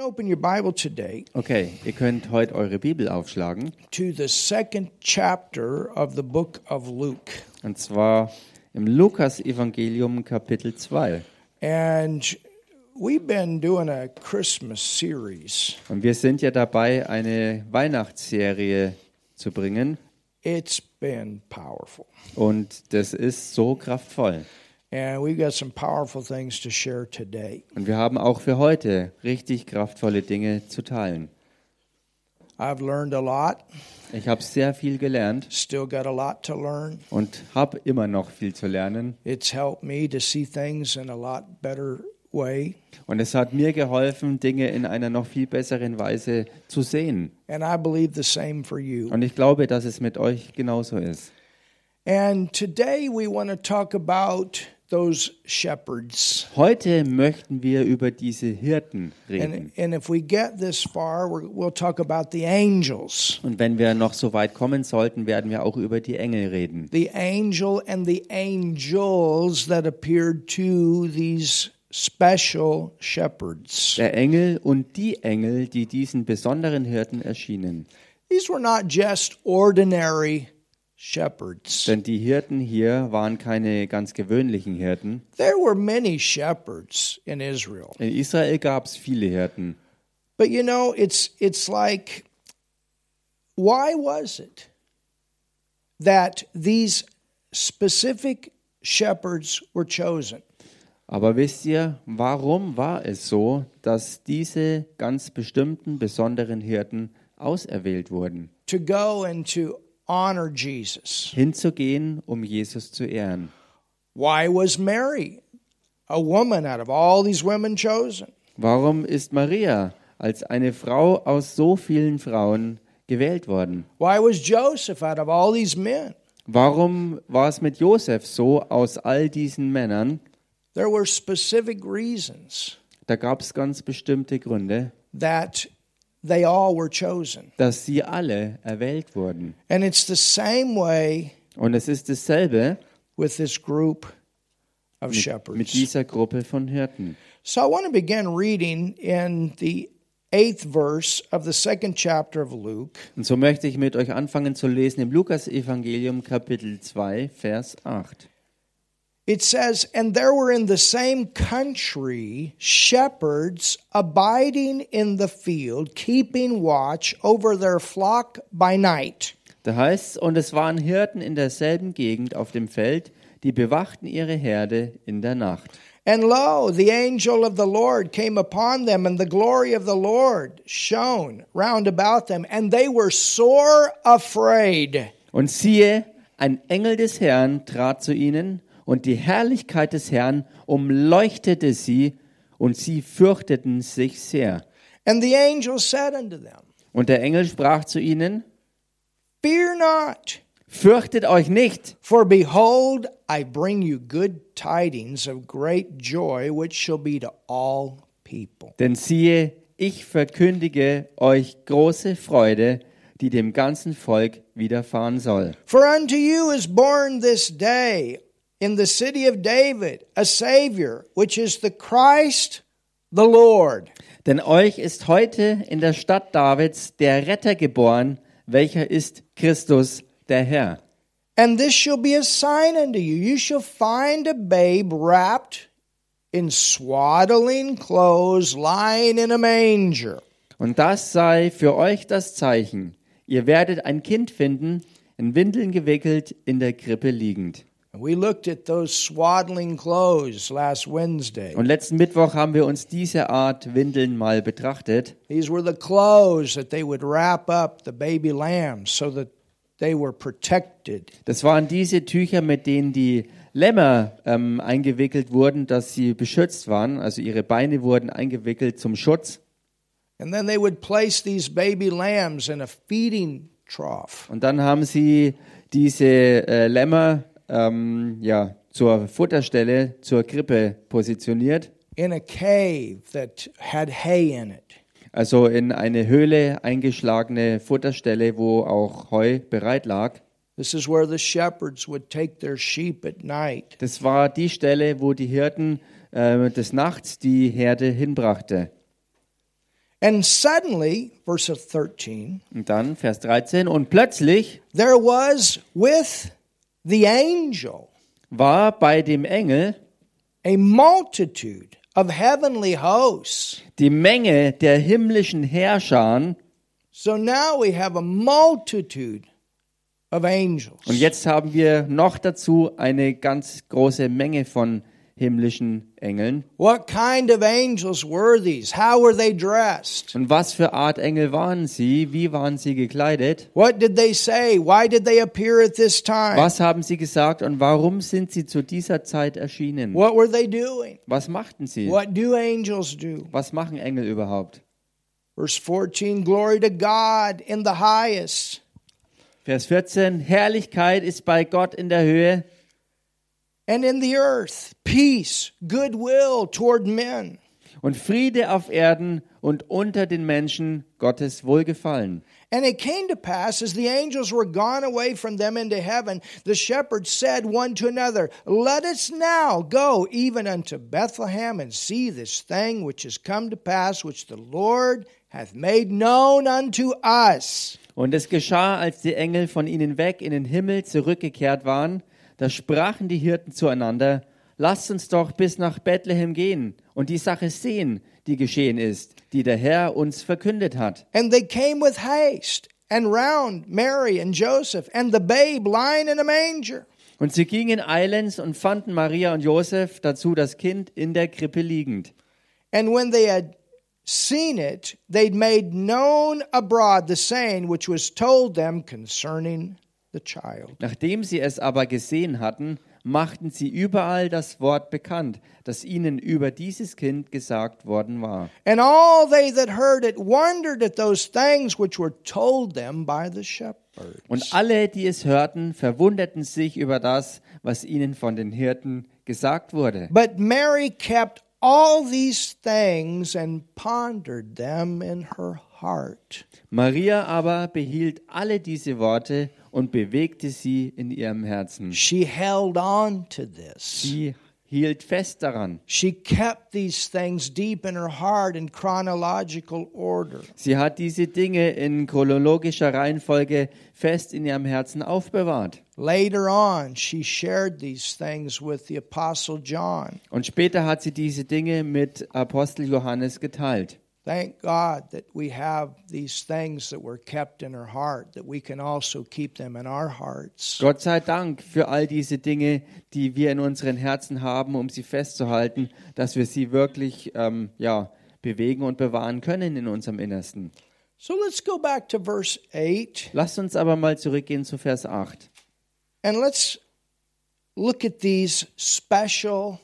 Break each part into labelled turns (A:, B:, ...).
A: Open your Bible today
B: Okay, ihr könnt heute eure Bibel aufschlagen
A: to the second chapter of the book of Luke.
B: und zwar im Lukas Evangelium Kapitel 2.
A: And we've been doing a Christmas series.
B: Und wir sind ja dabei, eine Weihnachtsserie zu bringen
A: It's been powerful.
B: und das ist so kraftvoll.
A: And we've got some powerful things to share today.
B: Und wir haben auch für heute richtig kraftvolle Dinge zu teilen.
A: I've learned a lot,
B: Ich habe sehr viel gelernt
A: still got a lot to learn.
B: und habe immer noch viel zu lernen
A: It's helped me to see things in a lot better way.
B: und es hat mir geholfen, Dinge in einer noch viel besseren Weise zu sehen.
A: And I believe the same for you.
B: Und ich glaube, dass es mit euch genauso ist.
A: And today we want to talk about those shepherds.
B: Heute möchten wir über diese Hirten
A: And,
B: reden.
A: and if we get this far, we're, we'll talk about the angels,
B: Und wenn wir noch so weit kommen sollten, werden wir auch über die Engel reden.
A: the angel and the angels that appeared to these special shepherds.
B: Der Engel und die Engel, die diesen besonderen Hirten erschienen.
A: These were not just ordinary shepherds.
B: Denn die Hirten hier waren keine ganz gewöhnlichen Hirten.
A: There were many shepherds in Israel.
B: In Israel gab es viele Hirten.
A: But you know, it's it's like why was it that these specific shepherds were chosen?
B: Aber wisst ihr, warum war es so, dass diese ganz bestimmten besonderen Hirten auserwählt wurden,
A: to go and to honor Jesus.
B: hinzugehen, um Jesus zu ehren?
A: Why was Mary a woman out of all these women chosen?
B: Warum ist Maria als eine Frau aus so vielen Frauen gewählt worden?
A: Why was Joseph out of all these men?
B: Warum war es mit Josef so aus all diesen Männern?
A: There were specific reasons
B: Da gab es ganz bestimmte Gründe,
A: that they all were chosen.
B: dass sie alle erwählt wurden.
A: And it's the same way
B: Und es ist dasselbe
A: with this group of
B: mit
A: shepherds.
B: dieser Gruppe von Hirten.
A: So I want to begin reading in the eighth verse of the second chapter of Luke.
B: Und so möchte ich mit euch anfangen zu lesen im Lukas-Evangelium, Kapitel 2, Vers 8.
A: It says, And there were in the same country shepherds abiding in the field, keeping watch over their flock by night.
B: Da heißt und es waren Hirten in derselben Gegend auf dem Feld, die bewachten ihre Herde in der Nacht.
A: And lo, the angel of the Lord came upon them, and the glory of the Lord shone round about them, and they were sore afraid.
B: Und siehe, ein Engel des Herrn trat zu ihnen, und die Herrlichkeit des Herrn umleuchtete sie, und sie fürchteten sich sehr.
A: And the angel said unto them,
B: Und der Engel sprach zu ihnen,
A: Fear not,
B: Fürchtet euch nicht,
A: for behold, I bring you good tidings of great joy, which shall be to all people.
B: denn siehe, ich verkündige euch große Freude, die dem ganzen Volk widerfahren soll.
A: For unto you is born this day in the city of David a Savior, which is the Christ the Lord.
B: Denn euch ist heute in der Stadt Davids der Retter geboren, welcher ist Christus der Herr.
A: And this shall be a sign unto you. You shall find a babe wrapped in swaddling clothes, lying in a manger.
B: Und das sei für euch das Zeichen. Ihr werdet ein Kind finden, in Windeln gewickelt, in der Krippe liegend.
A: And we looked at those swaddling clothes last Wednesday.
B: Und letzten Mittwoch haben wir uns diese Art Windeln mal betrachtet.
A: These were the clothes that they would wrap up the baby lambs so that they were protected.
B: Das waren diese Tücher, mit denen die Lämmer ähm, eingewickelt wurden, dass sie beschützt waren. Also ihre Beine wurden eingewickelt zum Schutz.
A: And then they would place these baby lambs in a feeding trough.
B: Und dann haben sie diese äh, Lämmer ähm, ja, zur Futterstelle, zur Krippe positioniert.
A: In a cave that had hay in it.
B: Also in eine Höhle eingeschlagene Futterstelle, wo auch Heu bereit lag.
A: This is where the shepherds would take their sheep at night.
B: Das war die ähm, Stelle, wo die Hirten äh, des Nachts die Herde hinbrachte.
A: And suddenly, verse 13,
B: Und dann Vers 13. Und plötzlich
A: there was with the angel
B: war bei dem Engel
A: a multitude of heavenly hosts.
B: die Menge der himmlischen Herrscher.
A: So now we have a multitude of angels.
B: Und jetzt haben wir noch dazu eine ganz große Menge von himmlischen Engeln.
A: What kind of angels were these? How were they dressed?
B: Und was für Art Engel waren sie? Wie waren sie gekleidet?
A: What did they say? Why did they appear at this time?
B: Was haben sie gesagt und warum sind sie zu dieser Zeit erschienen?
A: What were they doing?
B: Was machten sie?
A: What do angels do?
B: Was machen Engel überhaupt?
A: Verse 14 Glory to God in the highest,
B: Vers 14, Herrlichkeit ist bei Gott in der Höhe
A: and in the earth, peace, goodwill toward men.
B: und Friede auf Erden und unter den Menschen Gottes Wohlgefallen.
A: And it came to pass, as the angels were gone away from them into heaven, the shepherds said one to another, Let us now go even unto Bethlehem and see this thing which is come to pass, which the Lord hath made known unto us.
B: Und es geschah, als die Engel von ihnen weg in den Himmel zurückgekehrt waren, da sprachen die Hirten zueinander, lasst uns doch bis nach Bethlehem gehen und die Sache sehen, die geschehen ist, die der Herr uns verkündet hat.
A: And they came with haste and round Mary and Joseph and the babe lying in a manger.
B: Und sie gingen eilends und fanden Maria und Josef, dazu das Kind, in der Krippe liegend.
A: And when they had seen it, they made known abroad the saying which was told them concerning the child.
B: Nachdem sie es aber gesehen hatten, machten sie überall das Wort bekannt, das ihnen über dieses Kind gesagt worden war.
A: And all they that heard it wondered at those things which were told them by the shepherd.
B: Und alle, die es hörten, verwunderten sich über das, was ihnen von den Hirten gesagt wurde.
A: But Mary kept all these things and pondered them in her heart.
B: Maria aber behielt alle diese Worte und bewegte sie in ihrem Herzen.
A: She held on to this.
B: Sie hielt fest daran.
A: She kept these things deep in her heart in chronological order.
B: Sie hat diese Dinge in chronologischer Reihenfolge fest in ihrem Herzen aufbewahrt.
A: Later on, she shared these things with the Apostle John.
B: Und später hat sie diese Dinge mit Apostel Johannes geteilt.
A: Thank God that we have these things that were kept in her heart, that we can also keep them in our hearts.
B: Gott sei Dank für all diese Dinge, die wir in unseren Herzen haben, um sie festzuhalten, dass wir sie wirklich ähm, ja, bewegen und bewahren können in unserem Innersten.
A: So let's go back to verse 8
B: Lasst uns aber mal zurückgehen zu Vers 8
A: and let's look at these special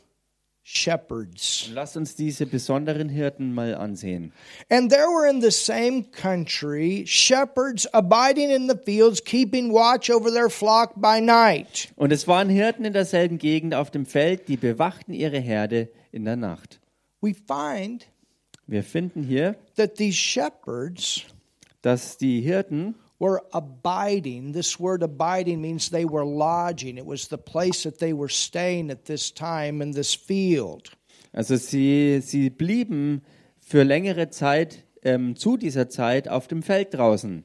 A: shepherds.
B: und lasst uns diese besonderen Hirten mal ansehen.
A: And there were in the same country shepherds abiding in the fields, keeping watch over their flock by night.
B: Und es waren Hirten in derselben Gegend auf dem Feld, die bewachten ihre Herde in der Nacht.
A: We find
B: Wir finden hier,
A: that these shepherds
B: dass die Hirten
A: were abiding. This word abiding means they were lodging. It was the place that they were staying at this time in this field.
B: Also sie, sie blieben für längere Zeit ähm, zu dieser Zeit auf dem Feld draußen.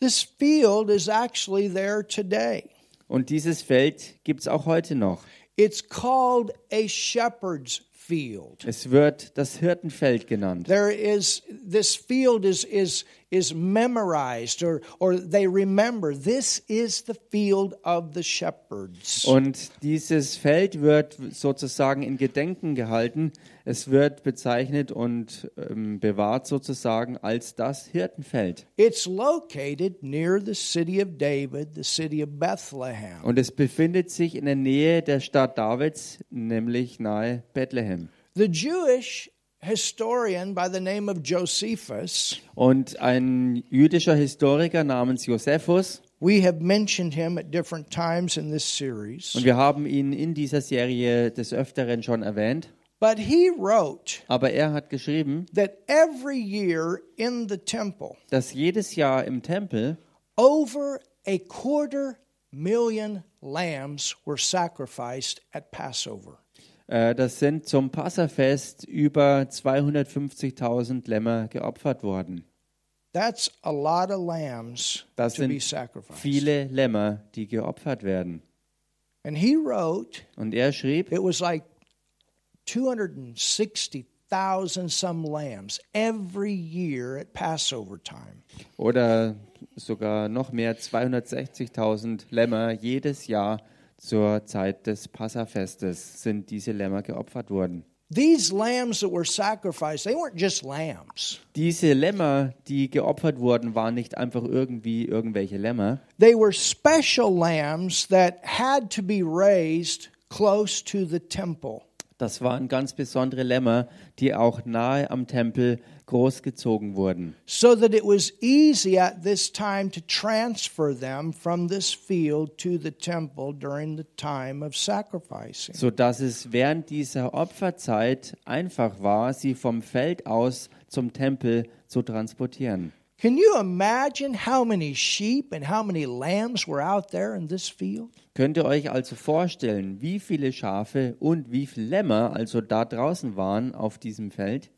A: This field is actually there today.
B: Und dieses Feld gibt es auch heute noch.
A: It's called a shepherd's field.
B: Es wird das Hirtenfeld genannt.
A: There is this field is is is memorized or or they remember this is the field of the shepherds.
B: Und dieses Feld wird sozusagen in Gedenken gehalten. Es wird bezeichnet und ähm, bewahrt sozusagen als das Hirtenfeld.
A: It's located near the city of David, the city of Bethlehem.
B: Und es befindet sich in der Nähe der Stadt Davids, nämlich nahe Bethlehem.
A: The Jewish historian by the name of Josephus,
B: Und ein jüdischer Historiker namens Josephus
A: we have mentioned him at different times in this series,
B: Und wir haben ihn in dieser Serie des Öfteren schon erwähnt.
A: but he wrote
B: Aber er hat geschrieben,
A: that every year in the temple,
B: dass jedes Jahr im Tempel
A: over a quarter million lambs were sacrificed at Passover.
B: Äh, das sind zum Passafest über 250.000 Lämmer geopfert worden.
A: That's a lot of lambs
B: Das
A: to be
B: sind
A: sacrificed.
B: viele Lämmer, die geopfert werden.
A: And he wrote,
B: Und er schrieb,
A: it was like 260,000 some lambs every year at Passover time.
B: oder sogar noch mehr, 260.000 Lämmer jedes Jahr zur Zeit des Passafestes sind diese Lämmer geopfert worden.
A: These lambs that were sacrificed, they weren't just lambs.
B: Diese Lämmer, die geopfert wurden, waren nicht einfach irgendwie irgendwelche Lämmer.
A: They were special lambs that had to be raised close to the temple.
B: Das waren ganz besondere Lämmer, die auch nahe am Tempel großgezogen wurden,
A: so that it was easy at this time to transfer them from this field to the temple during the time of sacrificing.
B: sodass es während dieser Opferzeit einfach war, sie vom Feld aus zum Tempel zu transportieren.
A: Can you imagine how many sheep and how many lambs were out there in this field?
B: Könnt ihr euch also vorstellen, wie viele Schafe und wie viele Lämmer also da draußen waren auf diesem Feld?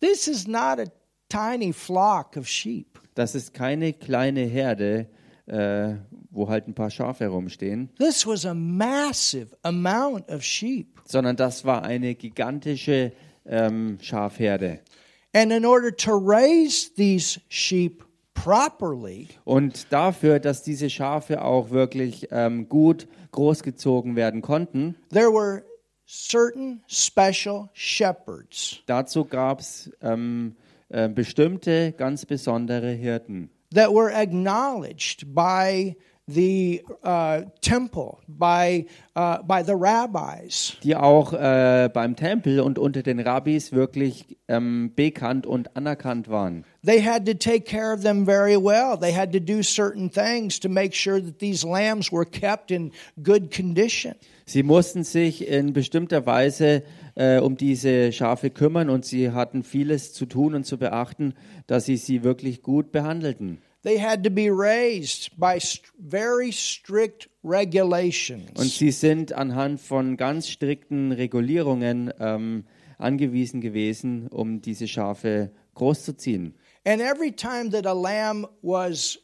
A: This is not a tiny flock of sheep.
B: Das ist keine kleine Herde, äh, wo halt ein paar Schafe herumstehen,
A: This was a massive amount of sheep.
B: sondern das war eine gigantische ähm, Schafherde.
A: And in order to raise these sheep properly,
B: Und dafür, dass diese Schafe auch wirklich ähm, gut großgezogen werden konnten,
A: there were certain special shepherds.
B: dazu gab es ähm, äh, bestimmte ganz besondere Hirten,
A: that were acknowledged by the uh, temple, by, uh, by the rabbis.
B: die auch äh, beim Tempel und unter den Rabbis wirklich ähm, bekannt und anerkannt waren.
A: They had to take care of them very well. They had to do certain things to make sure that these lambs were kept in good condition.
B: Sie mussten sich in bestimmter Weise äh, um diese Schafe kümmern und sie hatten vieles zu tun und zu beachten, dass sie sie wirklich gut behandelten.
A: They had to be raised by st- very strict regulations.
B: Und sie sind anhand von ganz strikten Regulierungen ähm, angewiesen gewesen, um diese Schafe großzuziehen.
A: and every time that a lamb was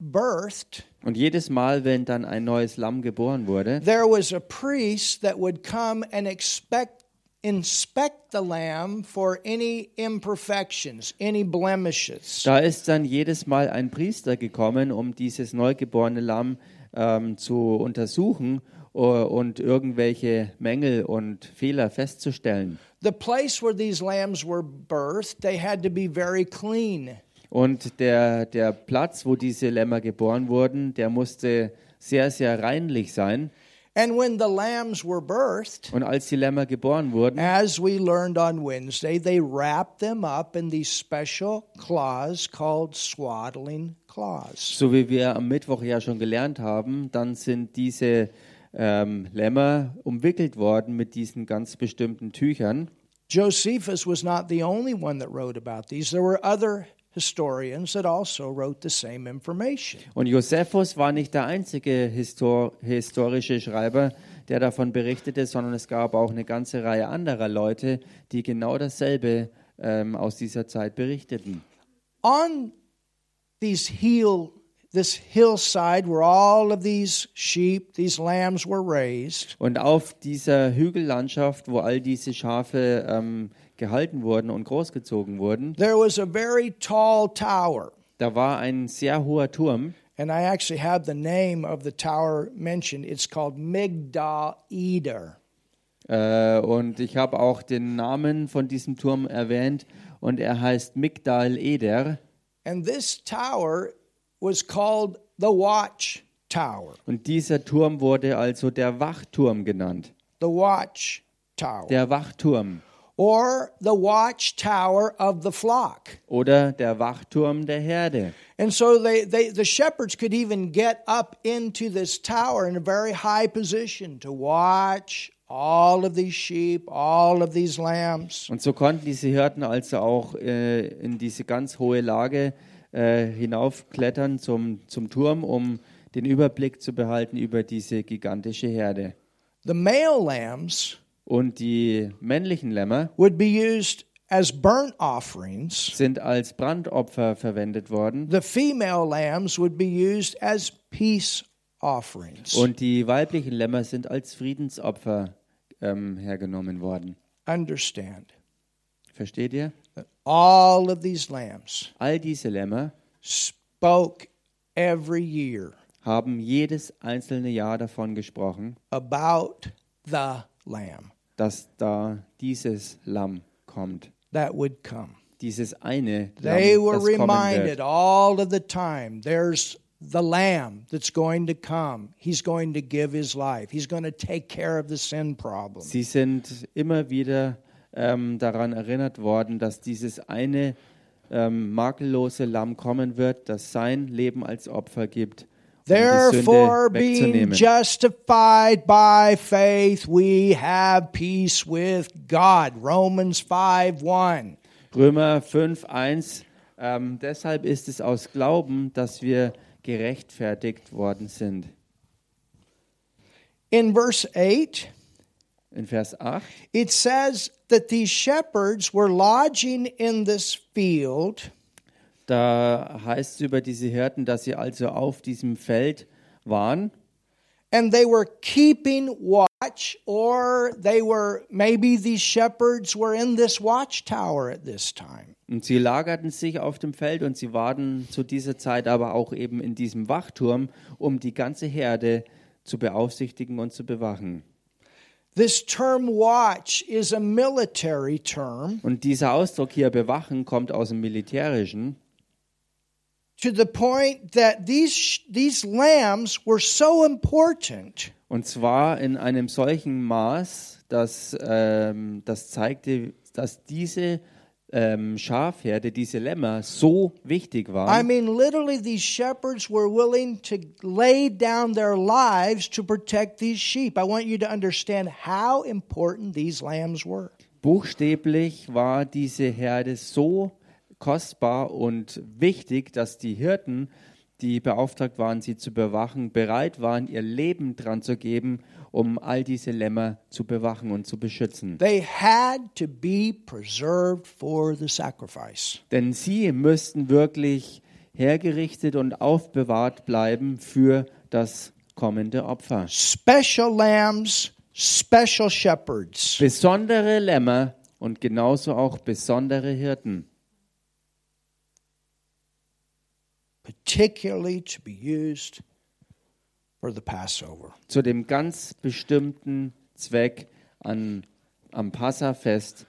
A: birthed,
B: Und jedes Mal, wenn dann ein neues Lamm geboren wurde,
A: there was a priest that would come and expect, inspect the lamb for any imperfections, any blemishes.
B: da ist dann jedes Mal ein Priester gekommen, um dieses neugeborene Lamm ähm, zu untersuchen äh, und irgendwelche Mängel und Fehler festzustellen.
A: The place where these lambs were birthed, they had to be very clean.
B: Und der, der Platz, wo diese Lämmer geboren wurden, der musste sehr, sehr reinlich sein.
A: And when the lambs were birthed,
B: Und als die Lämmer geboren wurden,
A: as we learned on Wednesday, they wrapped them up in these special cloths called swaddling cloths.
B: So wie wir am Mittwoch ja schon gelernt haben, dann sind diese ähm, Lämmer umwickelt worden mit diesen ganz bestimmten Tüchern.
A: Josephus was not the only one that wrote about these. There were other historians that also wrote the same information.
B: Und Josephus war nicht der einzige Histor historische Schreiber, der davon berichtete, sondern es gab auch eine ganze Reihe anderer Leute, die genau dasselbe ähm, aus dieser Zeit berichteten.
A: on these hill this hillside where all of these sheep these lambs were raised
B: Und auf dieser Hügellandschaft, wo all diese Schafe ähm, gehalten wurden und großgezogen wurden,
A: there was a very tall tower
B: da war ein sehr hoher Turm.
A: and i actually have the name of the tower mentioned it's called migdal eder
B: Äh, und ich habe auch den Namen von diesem Turm erwähnt und er heißt Migdal Eder.
A: and this tower was called the watch tower
B: Und dieser Turm wurde also der Wachturm genannt.
A: the watch tower
B: Der Wachturm
A: or the watch tower of the flock
B: oder der Wachturm der Herde.
A: And so they, they, the shepherds could even get up into this tower in a very high position to watch all of these sheep, all of these lambs.
B: Und so konnten diese Hirten also auch äh, in diese ganz hohe Lage äh, hinaufklettern zum, zum Turm, um den Überblick zu behalten über diese gigantische Herde.
A: The male lambs
B: Und die männlichen Lämmer
A: would be used as burnt offerings.
B: sind als Brandopfer verwendet worden
A: The female lambs would be used as peace offerings.
B: und die weiblichen Lämmer sind als Friedensopfer ähm, hergenommen worden.
A: Understand
B: Versteht ihr?
A: that all of these lambs
B: All diese Lämmer
A: spoke every year
B: haben jedes einzelne Jahr davon gesprochen,
A: about the lamb
B: dass da dieses Lamm kommt.
A: that would come.
B: Dieses eine
A: They
B: Lamm,
A: were
B: das kommen wird.
A: reminded all of the time there's the lamb that's going to come. He's going to give his life. He's going to take care of the sin problem.
B: Sie sind immer wieder ähm, daran erinnert worden, dass dieses eine ähm, makellose Lamm kommen wird, das sein Leben als Opfer gibt, um die
A: Therefore,
B: Sünde
A: being
B: wegzunehmen.
A: justified by faith, we have peace with God. Romans 5 1.
B: Römer 5, 1. Ähm, deshalb ist es aus Glauben, dass wir gerechtfertigt worden sind.
A: In verse 8,
B: In Vers 8.
A: it says that these shepherds were lodging in this field
B: Da heißt es über diese Hirten, dass sie also auf diesem Feld waren
A: and they were keeping watch, or they were maybe these shepherds were in this watchtower at this time.
B: und sie lagerten sich auf dem Feld und sie waren zu dieser Zeit aber auch eben in diesem Wachturm, um die ganze Herde zu beaufsichtigen und zu bewachen.
A: This term watch is a military term
B: Und dieser Ausdruck hier bewachen kommt aus dem Militärischen
A: to the point that these, these lambs were so important
B: und zwar in einem solchen Maß, dass ähm, das zeigte, dass diese ähm, Schafherde, diese Lämmer so wichtig waren.
A: I mean, literally, these shepherds were willing to lay down their lives to protect these sheep. I want you to understand how important these lambs were.
B: Buchstäblich war diese Herde so kostbar und wichtig, dass die Hirten, die beauftragt waren, sie zu bewachen, bereit waren, ihr Leben dran zu geben, um all diese Lämmer zu bewachen und zu beschützen.
A: They had to be preserved for the sacrifice.
B: Denn sie müssten wirklich hergerichtet und aufbewahrt bleiben für das kommende Opfer.
A: Special lambs, special shepherds.
B: Besondere Lämmer und genauso auch besondere Hirten,
A: particularly to be used for the Passover.
B: zu dem ganz bestimmten Zweck an, am Passafest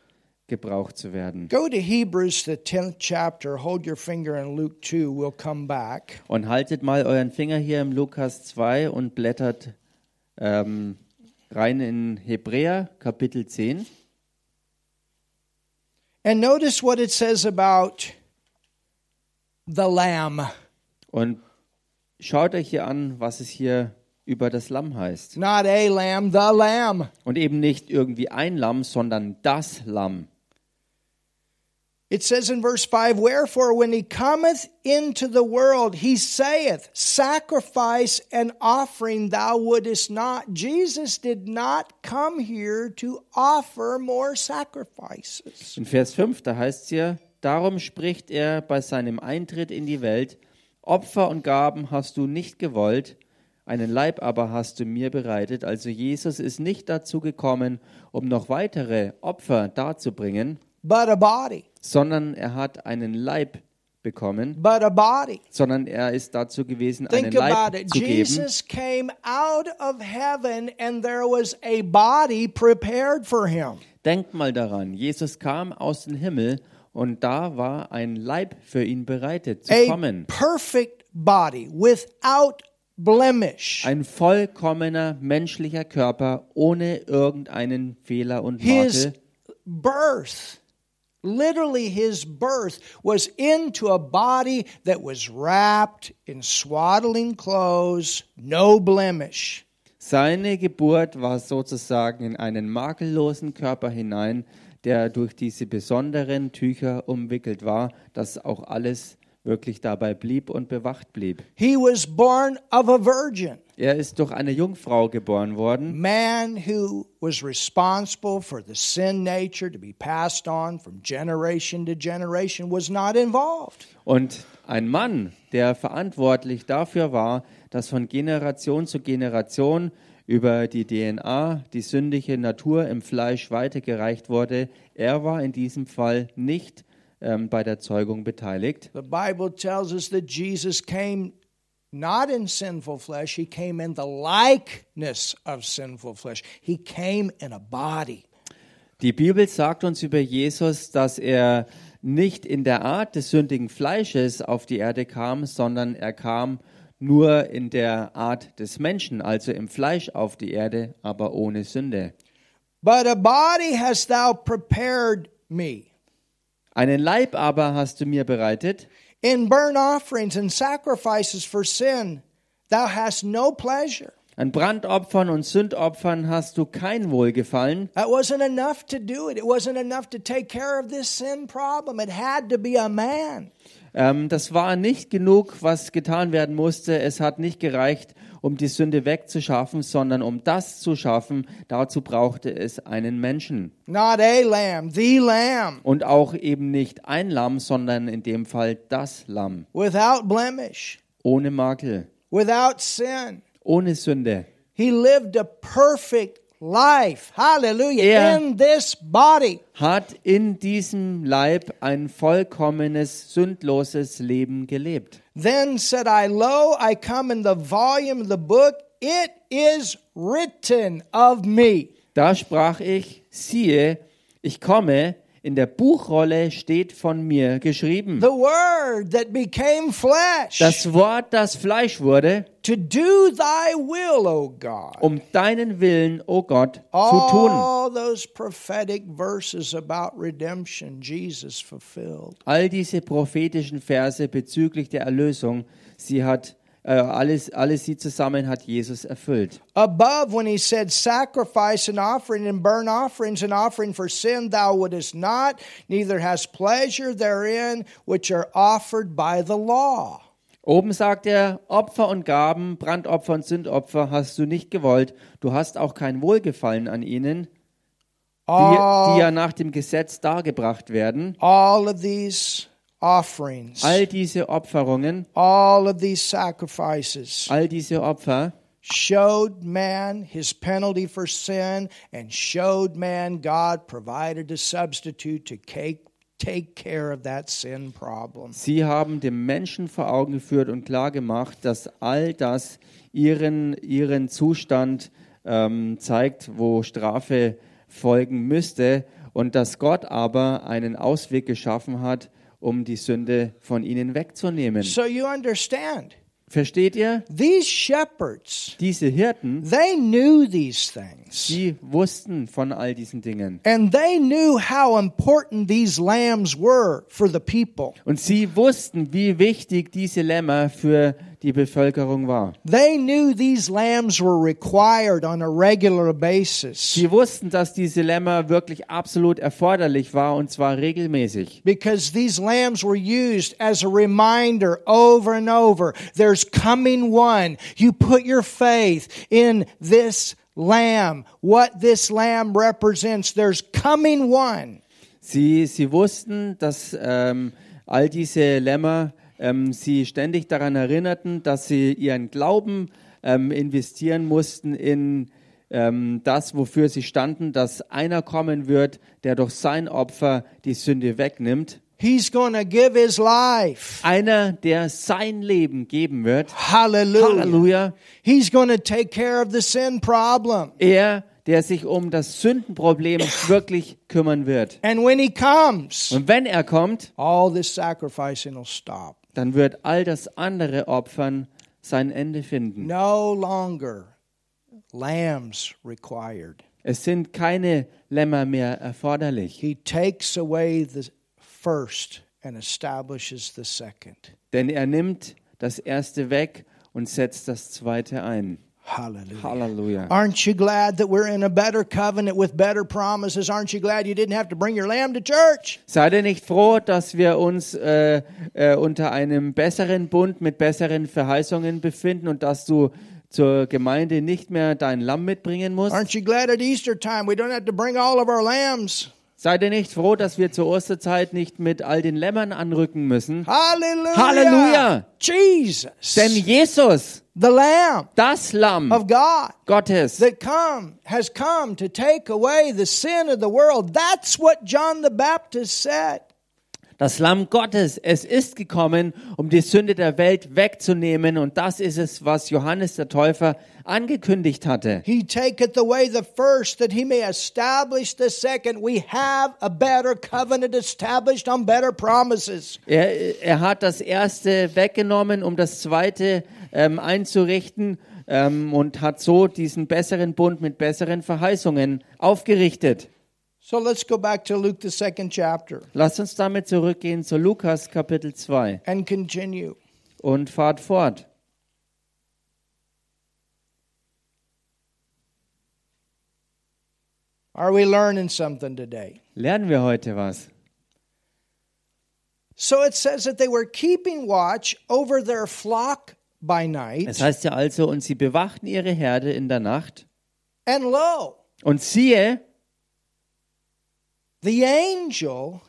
B: gebraucht zu werden.
A: Go to Hebrews, the 10th chapter. Hold your finger in Luke 2. We'll come back.
B: Und haltet mal euren Finger hier im Lukas 2 und blättert ähm, rein in Hebräer Kapitel 10.
A: And notice what it says about the lamb.
B: Und schaut euch hier an, was es hier über das Lamm heißt.
A: Not a lamb, the lamb.
B: Und eben nicht irgendwie ein Lamm, sondern das Lamm.
A: It says in verse 5 Wherefore, when he cometh into the world, he saith, Sacrifice and offering thou wouldest not. Jesus did not come here to offer more sacrifices.
B: In Vers 5, da heißt es hier, darum spricht er bei seinem Eintritt in die Welt, Opfer und Gaben hast du nicht gewollt, einen Leib aber hast du mir bereitet. Also Jesus ist nicht dazu gekommen, um noch weitere Opfer darzubringen,
A: But a body,
B: sondern er hat einen Leib bekommen,
A: but a body.
B: sondern er ist dazu gewesen, einen
A: Think about
B: Leib
A: it.
B: zu geben.
A: Jesus came out of heaven and there was a body prepared for him.
B: Denkt mal daran, Jesus kam aus dem Himmel und da war ein Leib für ihn bereitet zu
A: A
B: kommen.
A: perfect body without blemish.
B: Ein vollkommener menschlicher Körper ohne irgendeinen Fehler und
A: His
B: Makel.
A: birth, literally his birth, was into a body that was wrapped in swaddling clothes, no blemish.
B: Seine Geburt war sozusagen in einen makellosen Körper hinein, der durch diese besonderen Tücher umwickelt war, dass auch alles wirklich dabei blieb und bewacht blieb.
A: He was born of a virgin,
B: Er ist durch eine Jungfrau geboren worden,
A: man who was responsible for the sin nature to be passed on from generation to generation was not involved.
B: und ein Mann, der verantwortlich dafür war, dass von Generation zu Generation über die DNA die sündige Natur im Fleisch weitergereicht wurde, er war in diesem Fall nicht ähm, bei der Zeugung beteiligt.
A: The Bible tells us that Jesus came not in sinful flesh, he came in the likeness of sinful flesh. He came in a body.
B: Die Bibel sagt uns über Jesus, dass er nicht in der Art des sündigen Fleisches auf die Erde kam, sondern er kam nur in der Art des Menschen, also im Fleisch auf die Erde, aber ohne Sünde.
A: But a body hast thou prepared me.
B: Einen Leib aber hast du mir bereitet.
A: In burnt offerings and sacrifices for sin, thou hast no pleasure.
B: An Brandopfern und Sündopfern hast du kein Wohlgefallen.
A: That wasn't enough to do it. It wasn't enough to take care of this sin problem. It had to be a man.
B: Ähm, das war nicht genug, was getan werden musste. Es hat nicht gereicht, um die Sünde wegzuschaffen, sondern um das zu schaffen, dazu brauchte es einen Menschen.
A: Not a lamb, the lamb,
B: Und auch eben nicht ein Lamm, sondern in dem Fall das Lamm.
A: without blemish,
B: Ohne Makel,
A: without sin.
B: ohne Sünde.
A: He lived a perfect life. Hallelujah.
B: Yeah.
A: In this body.
B: Hat in diesem Leib ein vollkommenes, sündloses Leben gelebt.
A: Then said I, Lo, I come in the volume of the book. It is written of me.
B: Da sprach ich, siehe, ich komme, in der Buchrolle steht von mir geschrieben.
A: The word that became flesh
B: Das Wort, das Fleisch wurde,
A: to do thy will, O God.
B: um deinen Willen, o Gott,
A: Ah.
B: zu tun.
A: All those prophetic verses about redemption, Jesus fulfilled.
B: All diese prophetischen Verse bezüglich der Erlösung, sie hat äh, alles, alles sie zusammen hat Jesus erfüllt.
A: Above, when he said, Sacrifice and offering and burnt offerings and offering for sin, thou wouldest not, neither hast pleasure therein, which are offered by the law.
B: Oben sagt er, Opfer und Gaben, Brandopfer und Sündopfer hast du nicht gewollt, du hast auch kein Wohlgefallen an ihnen, die,
A: Ah.
B: die ja nach dem Gesetz dargebracht werden.
A: All of these offerings,
B: All diese Opferungen,
A: all of these sacrifices
B: all diese Opfer
A: showed man his penalty for sin and showed man God provided a substitute to take, take care of that sin problem.
B: Sie haben dem Menschen vor Augen geführt und klar gemacht, dass all das ihren, ihren Zustand ähm, zeigt, wo Strafe folgen müsste und dass Gott aber einen Ausweg geschaffen hat, um die Sünde von ihnen wegzunehmen.
A: So you understand,
B: Versteht ihr?
A: these shepherds,
B: Diese Hirten,
A: they knew these things.
B: die wussten von all diesen Dingen.
A: And they knew how important these lambs were for the people.
B: Und sie wussten, wie wichtig diese Lämmer für die Bevölkerung war.
A: They knew these lambs were required on a regular basis.
B: Sie wussten, dass diese Lämmer wirklich absolut erforderlich war und zwar regelmäßig.
A: because these lambs were used as a reminder over and over. There's coming one. You put your faith in this lamb, what this lamb represents. There's coming one.
B: Sie, sie wussten, dass ähm, all diese Lämmer ähm, sie ständig daran erinnerten, dass sie ihren Glauben ähm, investieren mussten in ähm, das, wofür sie standen, dass einer kommen wird, der durch sein Opfer die Sünde wegnimmt.
A: He's going to give his life.
B: Einer, der sein Leben geben wird.
A: Hallelujah.
B: Halleluja.
A: He's going to take care of the sin problem.
B: Er, der sich um das Sündenproblem wirklich kümmern wird.
A: And when he comes,
B: Und wenn er kommt,
A: all this sacrificing will stop.
B: dann wird all das andere Opfern sein Ende finden.
A: No longer lambs required.
B: Es sind keine Lämmer mehr erforderlich,
A: He takes away the first and establishes the second.
B: denn er nimmt das erste weg und setzt das zweite ein.
A: Hallelujah.
B: Halleluja.
A: Aren't you glad that we're in a better covenant with better promises? Aren't you glad you didn't have to bring your lamb to church?
B: Seid ihr nicht froh, dass wir uns äh, äh, unter einem besseren Bund mit besseren Verheißungen befinden und dass du zur Gemeinde nicht mehr dein Lamm mitbringen musst?
A: Aren't you glad at Easter time we don't have to bring all of our lambs?
B: Seid ihr nicht froh, dass wir zur Osterzeit nicht mit all den Lämmern anrücken müssen?
A: Hallelujah.
B: Hallelujah.
A: Jesus.
B: Denn Jesus,
A: the lamb
B: das Lamm
A: of God
B: Gottes,
A: that come has come to take away the sin of the world. That's what John the Baptist said.
B: das Lamm Gottes, es ist gekommen, um die Sünde der Welt wegzunehmen und das ist es, was Johannes der Täufer angekündigt hatte.
A: He taketh away the first that he may establish the second. We have a better covenant established on better promises.
B: Er, er hat das erste weggenommen, um das zweite ähm, einzurichten ähm, und hat so diesen besseren Bund mit besseren Verheißungen aufgerichtet.
A: So let's go back to Luke, the second chapter,
B: Lasst uns damit zurückgehen zu Lukas Kapitel 2
A: and continue.
B: und fahrt fort.
A: Are we learning something today?
B: Lernen wir heute was?
A: So it says that they were keeping watch over their flock by
B: Es
A: night,
B: heißt ja also, und sie bewachten ihre Herde in der Nacht.
A: and lo,
B: Und siehe,
A: the angel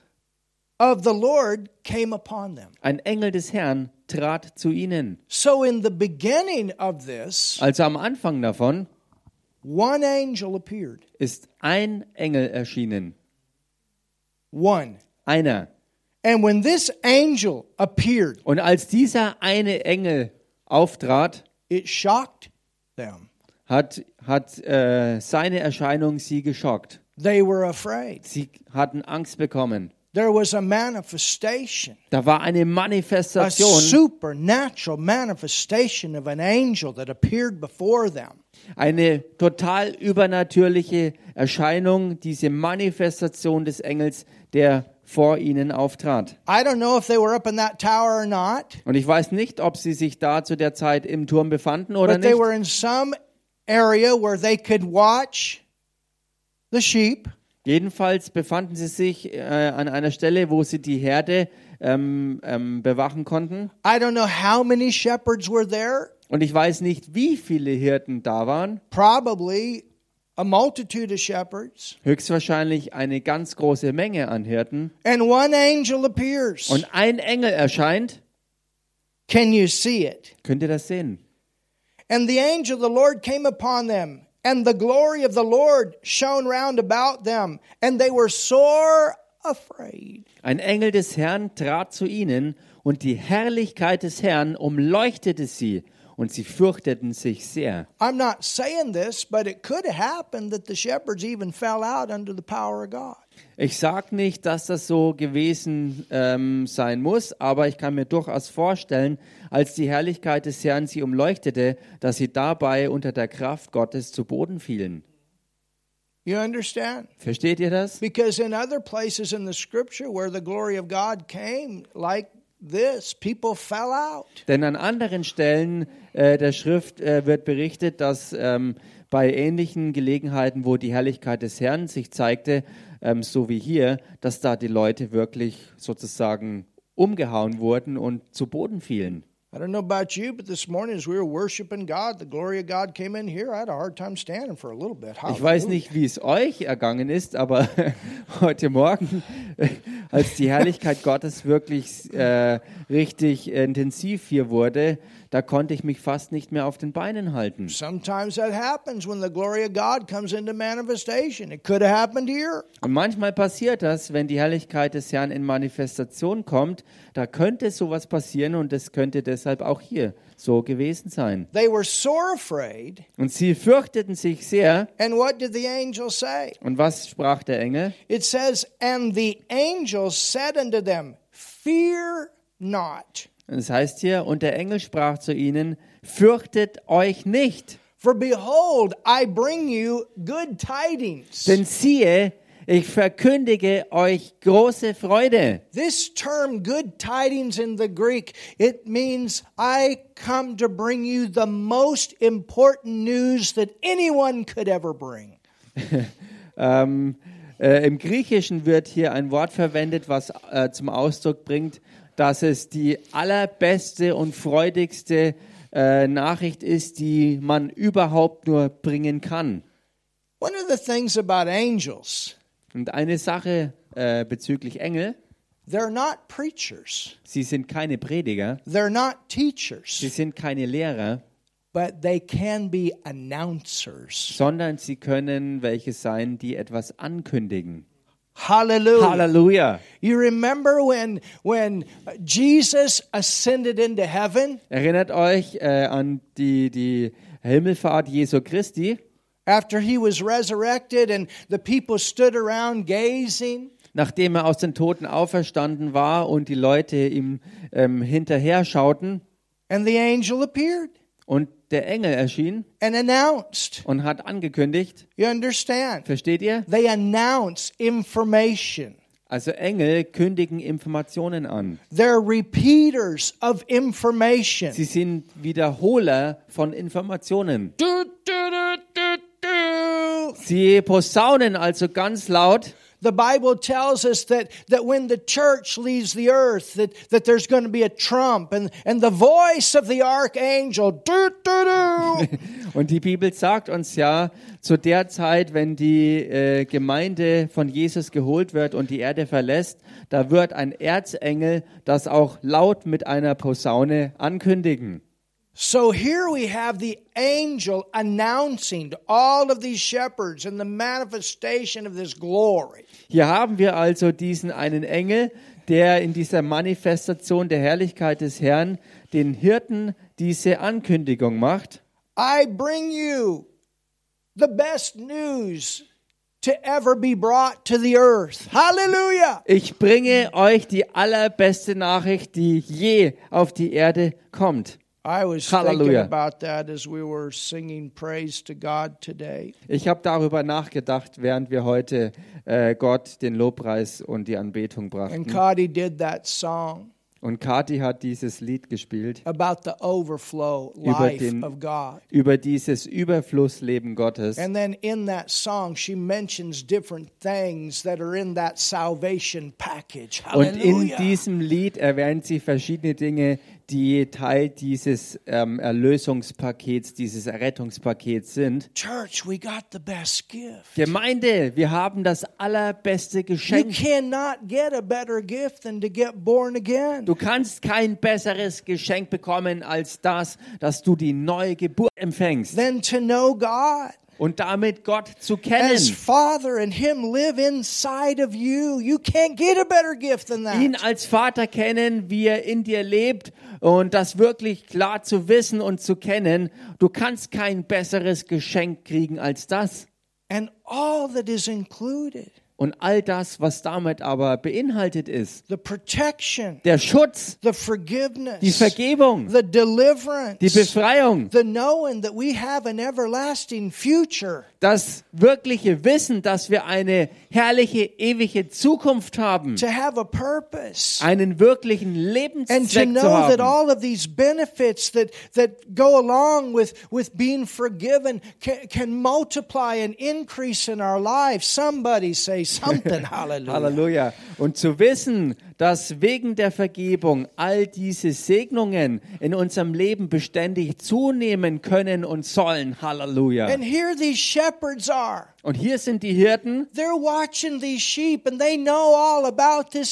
A: of the Lord came upon them.
B: ein Engel des Herrn trat zu ihnen.
A: So in the beginning of this,
B: Also am Anfang davon
A: one angel appeared.
B: ist ein Engel erschienen.
A: One.
B: Einer.
A: And when this angel appeared,
B: Und als dieser eine Engel auftrat,
A: it shocked them.
B: hat, hat äh, seine Erscheinung sie geschockt.
A: They were afraid.
B: Sie hatten Angst bekommen.
A: There was a manifestation,
B: Da war eine
A: a
B: Manifestation,
A: supernatural manifestation of an angel that appeared before them.
B: eine total übernatürliche Erscheinung, diese Manifestation des Engels, der vor ihnen auftrat.
A: I don't know if they were up in that tower or not,
B: Und ich weiß nicht, ob sie sich da zu der Zeit im Turm befanden oder
A: but they
B: nicht,
A: were in some area where they could watch the sheep.
B: Jedenfalls befanden sie sich äh, an einer Stelle, wo sie die Herde ähm, ähm, bewachen konnten.
A: I don't know how many shepherds were there,
B: Und ich weiß nicht, wie viele Hirten da waren.
A: probably a multitude of shepherds.
B: Höchstwahrscheinlich eine ganz große Menge an Hirten.
A: And one angel appears.
B: Und ein Engel erscheint.
A: Can you see it?
B: Könnt ihr das sehen?
A: And the angel of the Lord came upon them, and the glory of the Lord shone round about them, and they were sore afraid.
B: Ein Engel des Herrn trat zu ihnen, und die Herrlichkeit des Herrn umleuchtete sie, und sie fürchteten sich sehr.
A: I'm not saying this, but it could have happened that the shepherds even fell out under the power of God.
B: Ich sage nicht, dass das so gewesen ähm, sein muss, aber ich kann mir durchaus vorstellen, als die Herrlichkeit des Herrn sie umleuchtete, dass sie dabei unter der Kraft Gottes zu Boden fielen.
A: You understand?
B: Versteht ihr das?
A: Because in other places in the scripture where the glory of God came, like this, people fell out.
B: Denn an anderen Stellen äh, der Schrift äh, wird berichtet, dass ähm, bei ähnlichen Gelegenheiten, wo die Herrlichkeit des Herrn sich zeigte, ähm, so wie hier, dass da die Leute wirklich sozusagen umgehauen wurden und zu Boden fielen.
A: I don't know about you, but this morning as we were worshiping God, the glory of God came in here. I had a hard time standing for a little bit.
B: Ich weiß
A: Hallelujah.
B: nicht, wie es euch ergangen ist, aber heute Morgen, als die Herrlichkeit Gottes wirklich äh, richtig intensiv hier wurde, da konnte ich mich fast nicht mehr auf den Beinen halten.
A: Sometimes that happens when the glory of God comes into manifestation. It could have happened here.
B: Und manchmal passiert das, wenn die Herrlichkeit des Herrn in Manifestation kommt, da könnte sowas passieren und es könnte deshalb auch hier so gewesen sein.
A: They were sore afraid.
B: Und sie fürchteten sich sehr.
A: And what did the angel say?
B: Und was sprach der Engel?
A: It says, And the angel said unto them, Fear not,
B: Es heißt hier, und der Engel sprach zu ihnen, fürchtet euch nicht,
A: for behold, I bring you good tidings.
B: denn siehe, Ich verkündige euch große Freude.
A: This term, good tidings in the Greek, it means I come to bring you the most important news that anyone could ever bring.
B: Ähm, äh, Im Griechischen wird hier ein Wort verwendet, was äh, zum Ausdruck bringt, dass es die allerbeste und freudigste äh, Nachricht ist, die man überhaupt nur bringen kann.
A: One of the things about angels,
B: Und eine Sache äh, bezüglich Engel,
A: they're not preachers,
B: sie sind keine Prediger,
A: they're not
B: sie
A: teachers,
B: sind keine Lehrer,
A: but they can be announcers.
B: sondern sie können welche sein, die etwas ankündigen.
A: Hallelujah.
B: Halleluja!
A: You remember when when Jesus ascended into heaven
B: Erinnert euch äh, an die, die Himmelfahrt Jesu Christi,
A: after he was resurrected and the people stood around gazing?
B: nachdem er aus den Toten auferstanden war und die Leute ihm ähm, hinterher schauten
A: And the angel appeared
B: und der Engel erschien
A: and announced.
B: und hat angekündigt,
A: You understand?
B: versteht ihr?
A: They announce information.
B: Also Engel kündigen Informationen an.
A: They're repeaters of information.
B: Sie sind Wiederholer von Informationen.
A: Do, do, do, do, do.
B: Sie posaunen also ganz laut.
A: The Bible tells us that, that when the church leaves the earth, that, that there's going to be a trump and, and the voice of the archangel. Do, do, do.
B: Und die Bibel sagt uns ja, zu der Zeit, wenn die äh, Gemeinde von Jesus geholt wird und die Erde verlässt, da wird ein Erzengel das auch laut mit einer Posaune ankündigen.
A: so here we have the angel announcing to all of these shepherds and the manifestation of this glory.
B: Hier haben wir also diesen einen Engel, der in dieser Manifestation der Herrlichkeit des Herrn den Hirten diese Ankündigung macht.
A: I bring you the best news to ever be brought to the earth. Hallelujah.
B: Ich bringe euch die allerbeste Nachricht, die je auf die Erde kommt.
A: I was thinking
B: Hallelujah.
A: about that as we were singing praise to God today.
B: Ich habe darüber nachgedacht, während wir heute äh, Gott den Lobpreis und die Anbetung
A: And
B: brachten.
A: Cody did that song
B: Und Kati hat dieses Lied gespielt
A: about the overflow life
B: den-
A: of God.
B: über dieses Überflussleben Gottes.
A: And then in that song, she mentions different things that are in that salvation package.
B: Und in
A: Hallelujah.
B: diesem Lied erwähnt sie verschiedene Dinge, die Teil dieses ähm, Erlösungspakets, dieses Errettungspakets sind.
A: Church, we got the best gift.
B: Gemeinde, wir haben das allerbeste
A: You
B: Geschenk.
A: cannot get a better gift than to get born again.
B: Du kannst kein besseres Geschenk bekommen als das, dass du die neue Geburt empfängst
A: Than to know God
B: und damit Gott zu
A: as
B: kennen,
A: Father and Him live inside of you. You can't get a better gift than that.
B: ihn als Vater kennen, wie er in dir lebt und das wirklich klar zu wissen und zu kennen. Du kannst kein besseres Geschenk kriegen als das.
A: and all that is included
B: Und all das, was damit aber beinhaltet ist,
A: the protection,
B: der Schutz,
A: the
B: die
A: forgiveness,
B: Vergebung,
A: the deliverance,
B: die Befreiung,
A: the knowing that we have an everlasting future.
B: das wirkliche Wissen, dass wir eine herrliche, ewige Zukunft haben.
A: To have a purpose.
B: einen wirklichen
A: and to
B: Lebenszweck zu
A: know that
B: haben
A: all of these benefits that, that go along with, with being forgiven can, can multiply and increase in our lives. Somebody say something, hallelujah.
B: Halleluja. Und zu wissen, dass wegen der Vergebung all diese Segnungen in unserem Leben beständig zunehmen können und sollen. Halleluja.
A: And here these shepherds are.
B: Und hier sind die Hirten
A: They're watching these sheep and they know all about this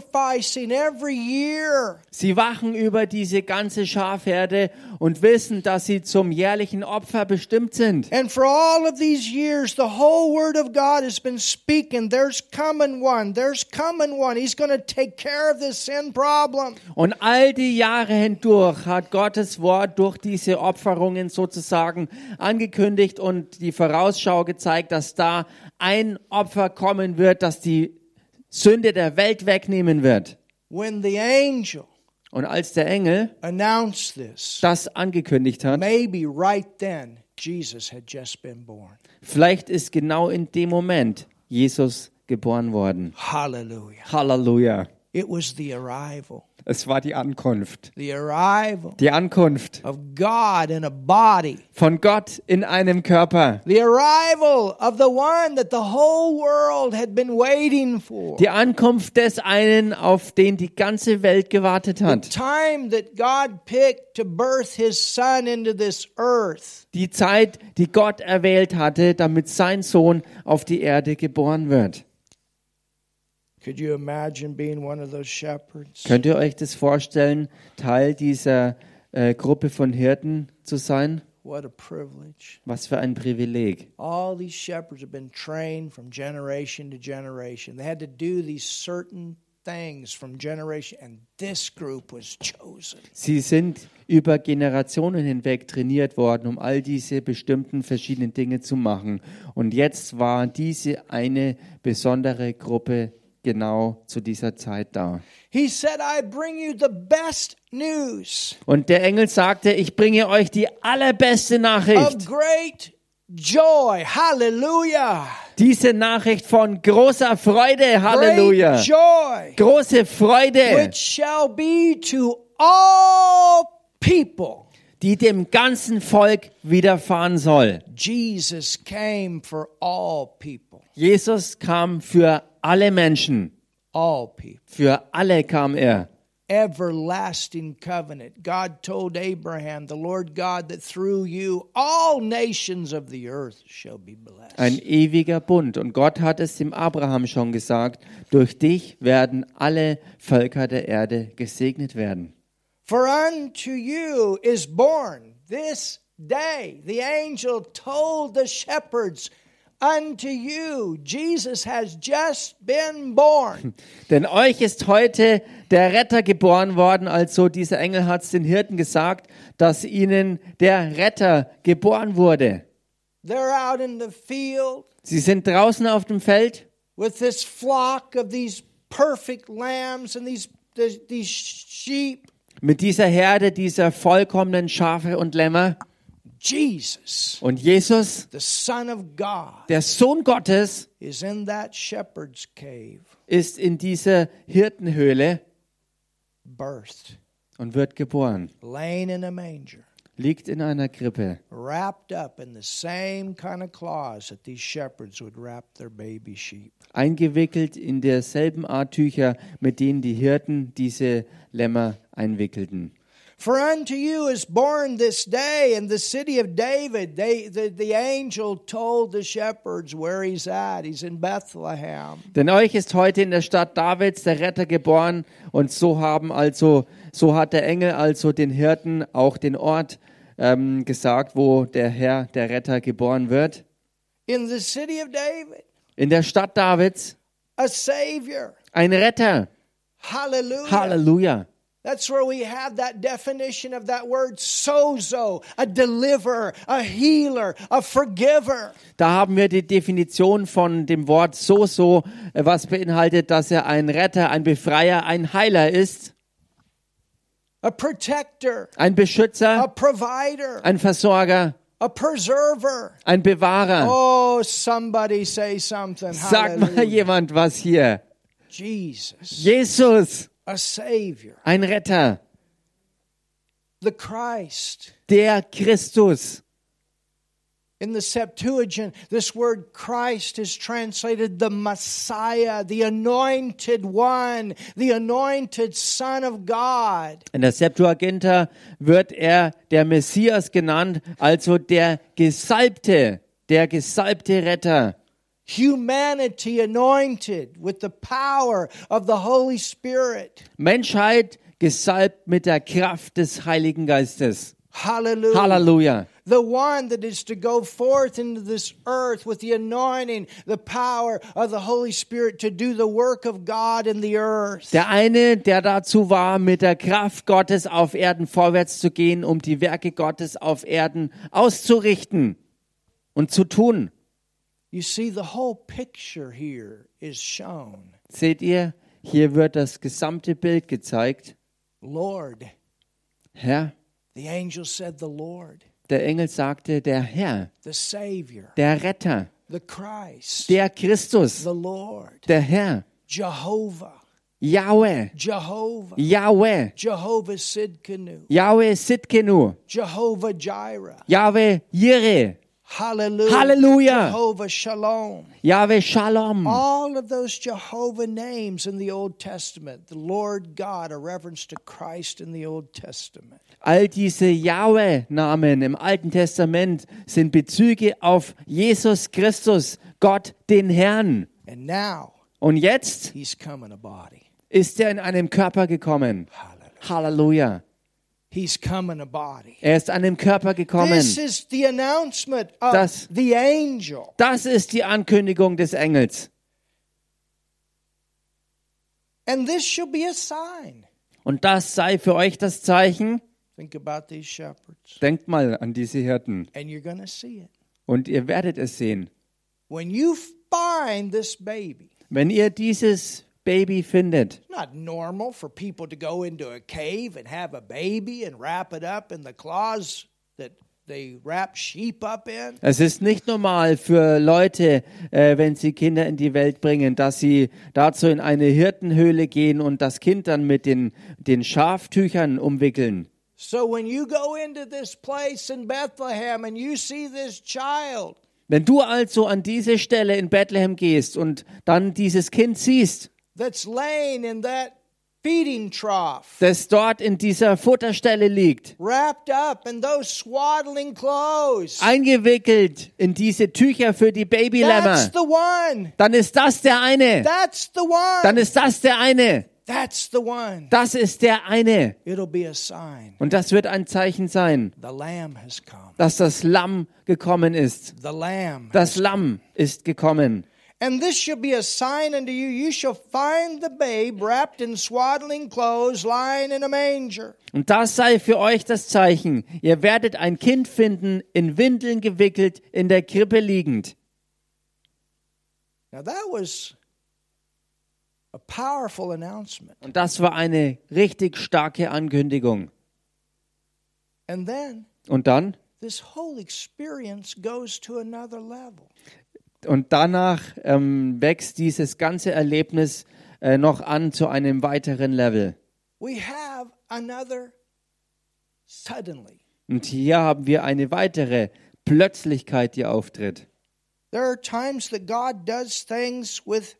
A: sacrificing every year.
B: Sie wachen über diese ganze Schafherde und wissen, dass sie zum jährlichen Opfer bestimmt sind.
A: And for all of these years, the whole Word of God has been speaking. There's coming one. There's coming one. He's going to take care of this sin problem.
B: Und all die Jahre hindurch hat Gottes Wort durch diese Opferungen sozusagen angekündigt und die Vorausschau gezeigt, dass da ein Opfer kommen wird, das die Sünde der Welt wegnehmen wird.
A: When the angel
B: Und als der Engel
A: announced this,
B: das angekündigt hat,
A: maybe right then Jesus had just been born.
B: vielleicht ist genau in dem Moment Jesus geboren worden.
A: Hallelujah.
B: Halleluja.
A: It was the arrival,
B: Es war die Ankunft.
A: the arrival
B: Die Ankunft
A: of God in a body,
B: von Gott in einem Körper.
A: the arrival of the one that the whole world had been waiting for.
B: Die Ankunft des einen, auf den die ganze Welt gewartet
A: The
B: hat.
A: time that God picked to birth his son into this earth.
B: Die Zeit, die Gott erwählt hatte, damit sein Sohn auf die Erde geboren wird.
A: Could you imagine being one of those shepherds?
B: Könnt ihr euch das vorstellen, Teil dieser äh, Gruppe von Hirten zu sein?
A: What a privilege.
B: Was für ein Privileg.
A: All these shepherds have been trained from generation to generation. They had to do these certain things from generation, and this group was chosen.
B: Sie sind über Generationen hinweg trainiert worden, um all diese bestimmten verschiedenen Dinge zu machen. Und jetzt war diese eine besondere Gruppe genau zu dieser Zeit da.
A: He said, I bring you the best news
B: Und der Engel sagte, ich bringe euch die allerbeste
A: of
B: Nachricht.
A: great joy. Hallelujah.
B: Diese Nachricht von großer Freude, Halleluja.
A: Great joy.
B: Große Freude,
A: which shall be to all people.
B: die dem ganzen Volk widerfahren soll.
A: Jesus came for all people.
B: Jesus kam für alle Menschen.
A: All people.
B: Für alle kam er.
A: Everlasting covenant. God told Abraham, the Lord God, that through you all nations of the earth shall be blessed.
B: Ein ewiger Bund. Und Gott hat es dem Abraham schon gesagt, durch dich werden alle Völker der Erde gesegnet werden.
A: for unto you is born this day. The angel told the shepherds, Unto you, Jesus has just been born.
B: Denn euch ist heute der Retter geboren worden. Also dieser Engel hat es den Hirten gesagt, dass ihnen der Retter geboren wurde.
A: They're out in the field.
B: Sie sind draußen auf dem Feld
A: with this flock of these perfect lambs and these these, these sheep
B: mit dieser Herde dieser vollkommenen Schafe und Lämmer.
A: jesus
B: Und Jesus,
A: the son of god
B: der Sohn Gottes,
A: is in that shepherd's cave
B: ist in dieser Hirtenhöhle
A: birthed
B: und wird geboren.
A: laying in a manger
B: Liegt in einer Krippe,
A: wrapped up in the same kind of cloths that these shepherds would wrap their baby sheep
B: eingewickelt in derselben Art Tücher, mit denen die Hirten diese Lämmer einwickelten.
A: for unto you is born this day in the city of david they, the, the angel told the shepherds where he's at he's in bethlehem
B: Denn euch ist heute in der Stadt Davids der Retter geboren, und so haben also, so hat der Engel also den Hirten auch den Ort ähm, gesagt, wo der Herr, der Retter, geboren wird.
A: in the city of david
B: In der Stadt Davids
A: a savior.
B: ein Retter.
A: Hallelujah.
B: Halleluja.
A: That's where we have that definition of that word sozo, a deliverer, a healer, a forgiver.
B: Da haben wir die Definition von dem Wort so so, äh, was beinhaltet, dass er ein Retter, ein Befreier, ein Heiler ist,
A: A protector,
B: ein
A: a
B: Beschützer,
A: provider,
B: ein Versorger,
A: a preserver.
B: ein Bewahrer.
A: Oh, somebody say something.
B: Sagt mal
A: Hallelujah.
B: jemand was hier.
A: Jesus,
B: Jesus,
A: a savior,
B: ein Retter,
A: the Christ.
B: der Christus.
A: In the Septuagint, this word Christ is translated the Messiah, the anointed one, the anointed Son of God.
B: In der Septuaginta wird er der Messias genannt, also der Gesalbte, der gesalbte Retter.
A: Humanity anointed with the power of the Holy Spirit.
B: Menschheit gesalbt mit der Kraft des Heiligen Geistes.
A: Hallelujah.
B: Halleluja.
A: The one that is to go forth into this earth with the anointing, the power of the Holy Spirit to do the work of God in the earth.
B: Der eine, der dazu war, mit der Kraft Gottes auf Erden vorwärts zu gehen, um die Werke Gottes auf Erden auszurichten und zu tun.
A: You see, the whole picture here is shown.
B: Seht ihr, hier wird das gesamte Bild gezeigt.
A: Lord.
B: Herr,
A: The angel said, The Lord,
B: der Engel sagte, der Herr,
A: the Savior,
B: der Retter,
A: the Christ,
B: der Christus,
A: the Lord,
B: der Herr,
A: Jehovah,
B: Yahweh,
A: Jehovah,
B: Yahweh,
A: Jehovah Sidkenu,
B: Yahweh Sitkenu,
A: Jehovah Jireh,
B: Yahweh Jireh,
A: Hallelujah,
B: Hallelujah.
A: Jehovah Shalom.
B: Yahweh Shalom.
A: All of those Jehovah names in the Old Testament, the Lord God, a reference to Christ in the Old Testament.
B: All diese Yahweh-Namen im Alten Testament sind Bezüge auf Jesus Christus, Gott den Herrn.
A: And now
B: Und jetzt
A: he's come in a body.
B: ist er in einem Körper gekommen.
A: Hallelujah.
B: Halleluja.
A: He's come in a body.
B: Er ist an dem Körper
A: This
B: gekommen.
A: is the announcement of
B: Das-
A: the angel.
B: Das ist die Ankündigung des Engels.
A: And this shall be a sign.
B: Und das sei für euch das Zeichen.
A: Think about these shepherds.
B: Denkt mal an diese Hirten
A: And you're going to see it.
B: und ihr werdet es sehen.
A: When you find this baby,
B: Wenn ihr dieses Baby findet,
A: it's not normal for people to go into a cave and have a baby and wrap it up in the cloths that they wrap sheep up in.
B: es ist nicht normal für Leute, äh, wenn sie Kinder in die Welt bringen, dass sie dazu in eine Hirtenhöhle gehen und das Kind dann mit den, den Schaftüchern umwickeln.
A: So when you go into this place in Bethlehem and you see this child,
B: Wenn du also an diese Stelle in Bethlehem gehst und dann dieses Kind siehst,
A: that's laying in that feeding trough,
B: das dort in dieser Futterstelle liegt,
A: wrapped up in those swaddling clothes.
B: eingewickelt in diese Tücher für die
A: That's
B: Babylämmer,
A: the one.
B: dann ist das der eine.
A: That's the
B: Dann
A: one.
B: ist das der eine.
A: That's the one.
B: Das ist der eine.
A: It'll be a sign.
B: Und das wird ein Zeichen sein,
A: The Lamb has come.
B: dass das Lamm gekommen ist.
A: The Lamb.
B: Das Lamm ist gekommen.
A: And this shall be a sign unto you. You shall find the babe wrapped in swaddling clothes, lying in a manger.
B: Und das sei für euch das Zeichen. Ihr werdet ein Kind finden, in Windeln gewickelt, in der Krippe liegend.
A: Now that was a powerful announcement.
B: Und das war eine richtig starke Ankündigung.
A: And then
B: Und dann?
A: this whole experience goes to another level.
B: Und danach ähm, wächst dieses ganze Erlebnis äh, noch an zu einem weiteren Level.
A: We have another suddenly.
B: Und hier haben wir eine weitere Plötzlichkeit, die auftritt.
A: There are times that God does things with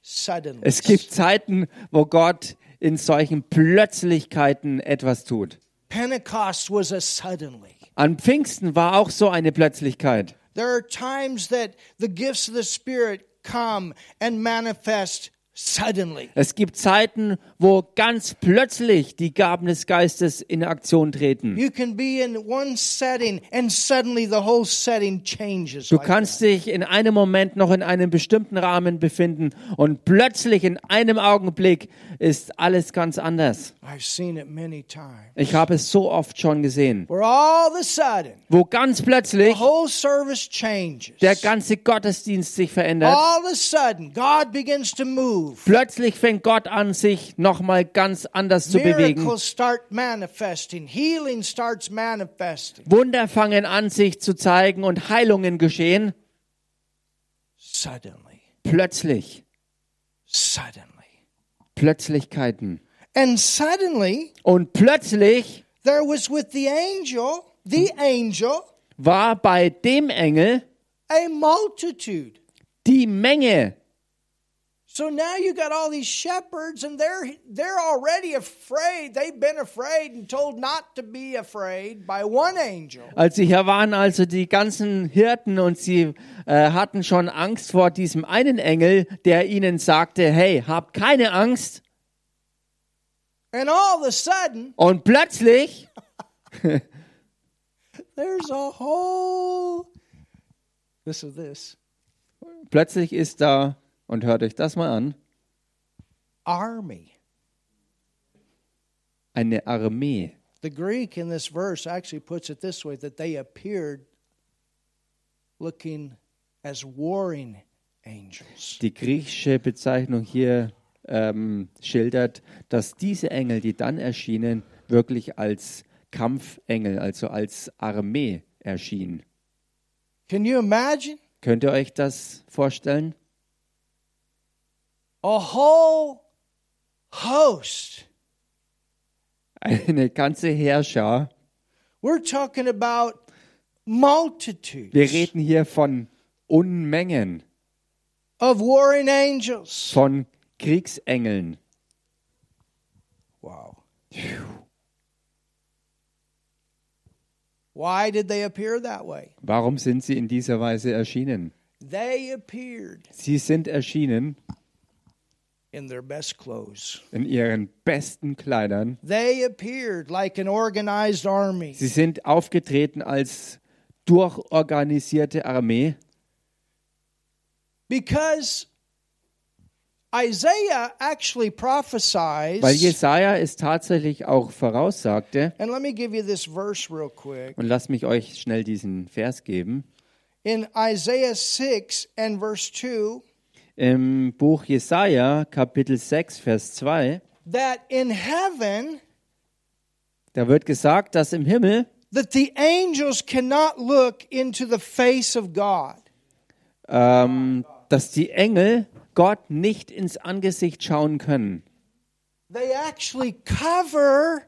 A: suddenly.
B: Es gibt Zeiten, wo Gott in solchen Plötzlichkeiten etwas tut.
A: Pentecost was a suddenly.
B: An Pfingsten war auch so eine Plötzlichkeit.
A: There are times that the gifts of the Spirit come and manifest suddenly.
B: Es gibt Zeiten, wo ganz plötzlich die Gaben des Geistes in Aktion treten.
A: You can be in one setting and suddenly the whole setting changes.
B: Du
A: like
B: kannst dich in einem Moment noch in einem bestimmten Rahmen befinden und plötzlich in einem Augenblick ist alles ganz anders.
A: that. I've seen it many times.
B: Ich habe es so oft schon gesehen,
A: Where all of a sudden
B: wo ganz
A: the
B: plötzlich
A: whole service changes.
B: der ganze Gottesdienst sich verändert.
A: All of a sudden God begins to move.
B: Plötzlich fängt Gott an, sich nochmal ganz anders zu bewegen.
A: Miracles start manifesting. Healing starts manifesting.
B: Wunder fangen an, sich zu zeigen und Heilungen geschehen.
A: Suddenly.
B: Plötzlich.
A: Suddenly.
B: Plötzlichkeiten.
A: And suddenly
B: Und plötzlich
A: there was with the angel, the angel,
B: war bei dem Engel
A: a multitude.
B: die Menge.
A: So now you got all these shepherds and they're they're already afraid. They've been afraid and told not to be afraid by one angel.
B: Also hier waren also die ganzen Hirten und sie äh, hatten schon Angst vor diesem einen Engel, der ihnen sagte, hey, habt keine Angst.
A: And all of a sudden,
B: Und plötzlich
A: there's a whole this is this
B: plötzlich ist da, und hört euch das mal an,
A: army.
B: eine Armee.
A: The Greek in this verse actually puts it this way that they appeared looking as warring angels.
B: Die griechische Bezeichnung hier ähm, schildert, dass diese Engel, die dann erschienen, wirklich als Kampfengel, also als Armee erschienen.
A: Can you imagine?
B: Könnt ihr euch das vorstellen?
A: A whole host.
B: Eine ganze Herrscher.
A: We're talking about
B: Wir
A: multitudes
B: reden hier von Unmengen,
A: of warring angels.
B: von Kriegsengeln.
A: Wow. Why did they appear that way?
B: Warum sind sie in dieser Weise erschienen?
A: They appeared
B: Sie sind erschienen
A: in their best clothes.
B: in ihren besten Kleidern.
A: They appeared like an organized army.
B: Sie sind aufgetreten als durchorganisierte Armee,
A: Because Isaiah actually prophesies.
B: weil Jesaja es tatsächlich auch voraussagte.
A: and let me give you this verse real quick.
B: Und lasst mich euch schnell diesen Vers geben.
A: In Isaiah 6 and verse 2,
B: Im Buch Jesaja, Kapitel 6, Vers 2,
A: that in heaven,
B: da wird gesagt, dass im Himmel
A: that the angels cannot look into the face of God.
B: ähm, dass die Engel Gott nicht ins Angesicht schauen können.
A: They actually cover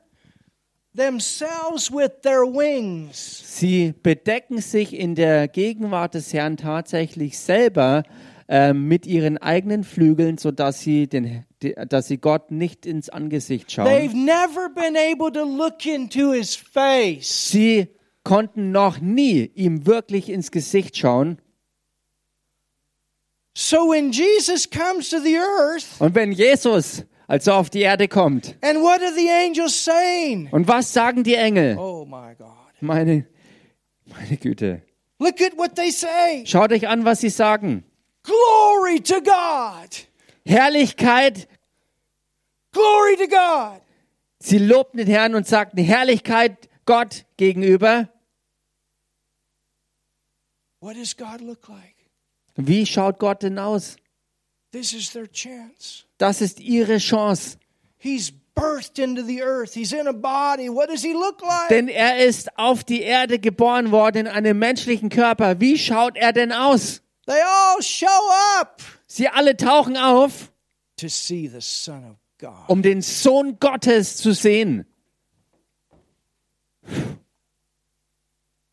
A: themselves with their wings.
B: Sie bedecken sich in der Gegenwart des Herrn tatsächlich selber ähm, mit ihren eigenen Flügeln, sodass sie, den, die, dass sie Gott nicht ins Angesicht
A: They've
B: schauen.
A: never been able to look into his face.
B: Sie konnten noch nie ihm wirklich ins Gesicht schauen.
A: So when Jesus comes to the earth,
B: Und wenn Jesus also auf die Erde kommt,
A: and what are the angels saying?
B: und was sagen die Engel?
A: Oh my God.
B: Meine, meine Güte.
A: Look at what they say.
B: Schaut euch an, was sie sagen.
A: Glory to God.
B: Herrlichkeit
A: Glory to God.
B: Sie lobten den Herrn und sagten Herrlichkeit Gott gegenüber.
A: What does God look like?
B: Wie schaut Gott denn aus?
A: This is their chance.
B: Das ist ihre Chance.
A: He's birthed into the earth. He's in a body. What does he look like?
B: Denn er ist auf die Erde geboren worden in einem menschlichen Körper. Wie schaut er denn aus?
A: They all show up
B: Sie alle tauchen auf,
A: to see the Son of God.
B: um den Sohn Gottes zu sehen.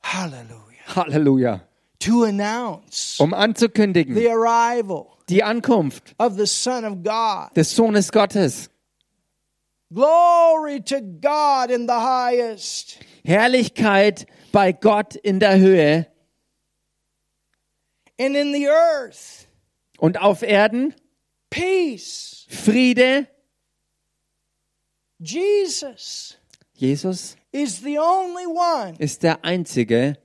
A: Hallelujah.
B: Halleluja.
A: To announce
B: Um anzukündigen,
A: the arrival
B: die Ankunft
A: of the Son of God.
B: des Sohnes Gottes.
A: Glory to God in the highest.
B: Herrlichkeit bei Gott in der Höhe
A: and in the earth
B: und auf Erden
A: peace
B: Friede.
A: jesus
B: Jesus
A: is the only one
B: ist der Einzige,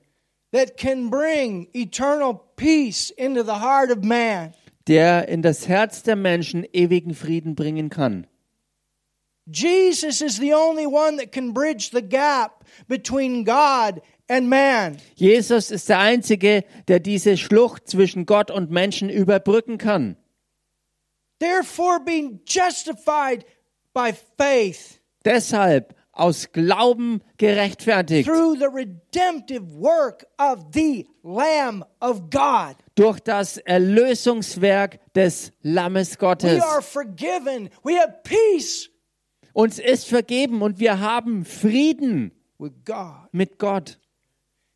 A: that can bring eternal peace into the heart of man
B: der in das Herz der Menschen ewigen Frieden bringen kann.
A: jesus is the only one that can bridge the gap between god and man
B: Jesus ist der Einzige, der diese Schlucht zwischen Gott und Menschen überbrücken kann.
A: therefore being justified by faith
B: Deshalb aus Glauben gerechtfertigt
A: through the redemptive work of the lamb of god
B: durch das Erlösungswerk des Lammes
A: we
B: Gottes.
A: are forgiven we have peace
B: Uns ist vergeben und wir haben Frieden
A: with god
B: mit Gott.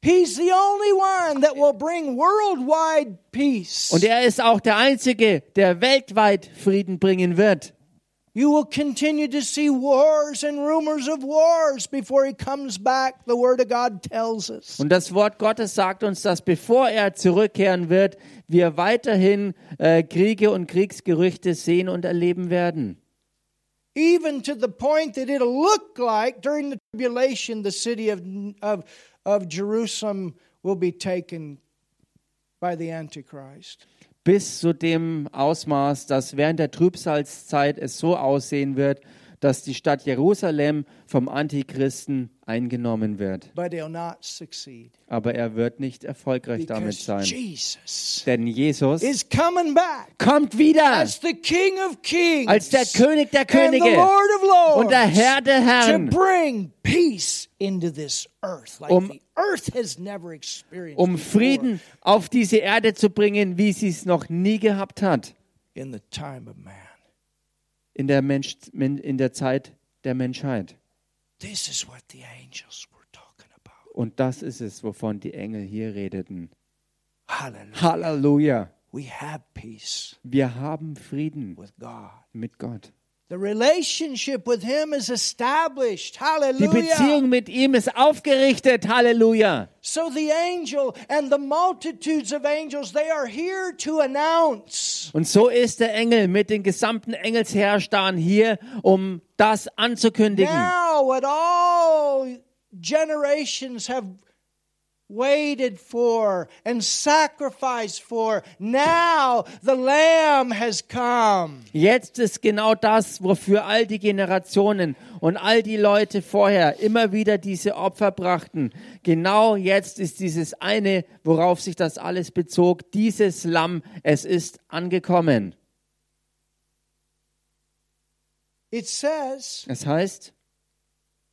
A: He's the only one that will bring worldwide peace.
B: Und er ist auch der Einzige, der weltweit Frieden bringen wird.
A: You will continue to see wars and rumors of wars before he comes back, the Word of God tells us.
B: Und das Wort Gottes sagt uns, dass bevor er zurückkehren wird, wir weiterhin äh, Kriege und Kriegsgerüchte sehen und erleben werden.
A: Even to the point that it'll look like during the tribulation, the city of, of, of Jerusalem will be taken by the Antichrist.
B: Bis zu dem Ausmaß, dass während der Trübsalzeit es so aussehen wird, dass die Stadt Jerusalem vom Antichristen eingenommen wird.
A: but he'll not succeed
B: Aber er wird nicht erfolgreich damit
A: because
B: sein.
A: Jesus
B: Denn Jesus
A: is coming back
B: kommt wieder
A: as the King of Kings
B: als der König der
A: and the
B: Könige
A: Lord of Lords
B: und der Herr der
A: to
B: Herren,
A: bring peace into this earth like
B: Um-
A: the earth has never experienced
B: um
A: before
B: Frieden auf diese Erde zu bringen, wie sie es noch nie gehabt hat
A: in the time of man.
B: in der, Mensch, in der Zeit der Menschheit.
A: This is what the angels were talking about.
B: Und das ist es, wovon die Engel hier redeten.
A: Hallelujah.
B: Halleluja!
A: We have peace
B: Wir haben Frieden
A: with God.
B: mit Gott.
A: The relationship with him is established.
B: Die
A: Hallelujah.
B: Beziehung mit ihm ist aufgerichtet. Halleluja.
A: So the angel and the multitudes of angels, they are here to announce
B: Und so ist der Engel mit den gesamten Engelsherrschern hier, um das anzukündigen.
A: now what all generations have waited for and sacrificed for. Now the Lamb has come.
B: Jetzt ist genau das, wofür all die Generationen und all die Leute vorher immer wieder diese Opfer brachten. Genau jetzt ist dieses eine, worauf sich das alles bezog, dieses Lamm, es ist angekommen.
A: It says
B: Es heißt,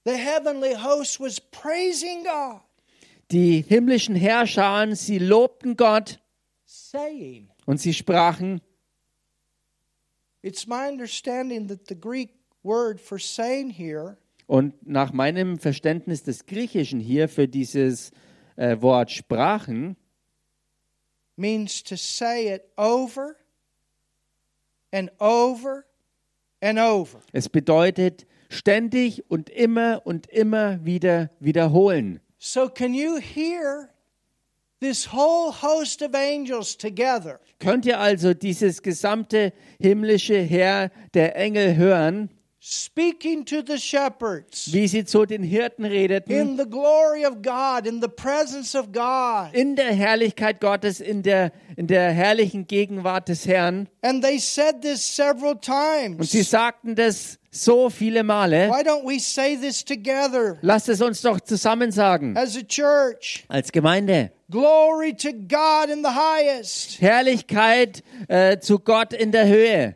A: the heavenly host was praising God,
B: die himmlischen Herrscher, sie lobten Gott
A: saying,
B: und sie sprachen,
A: It's my understanding that the Greek word for saying here
B: Und nach meinem Verständnis des Griechischen hier für dieses äh, Wort Sprachen
A: means to say it over and over and over.
B: es bedeutet ständig und immer und immer wieder wiederholen.
A: So, can you hear this whole host of angels together?
B: Könnt ihr also dieses gesamte himmlische Heer der Engel hören,
A: Speaking to the shepherds
B: wie sie zu den Hirten redeten,
A: in the glory of God, in the presence of God.
B: in der Herrlichkeit Gottes, in der, in der herrlichen Gegenwart des Herrn.
A: And they said this several
B: Und sie
A: times.
B: sagten das so viele Male.
A: Why don't we say this together
B: Lasst es uns doch zusammen sagen,
A: as a church?
B: als Gemeinde.
A: Glory to God in the highest,
B: Herrlichkeit äh, zu Gott in der Höhe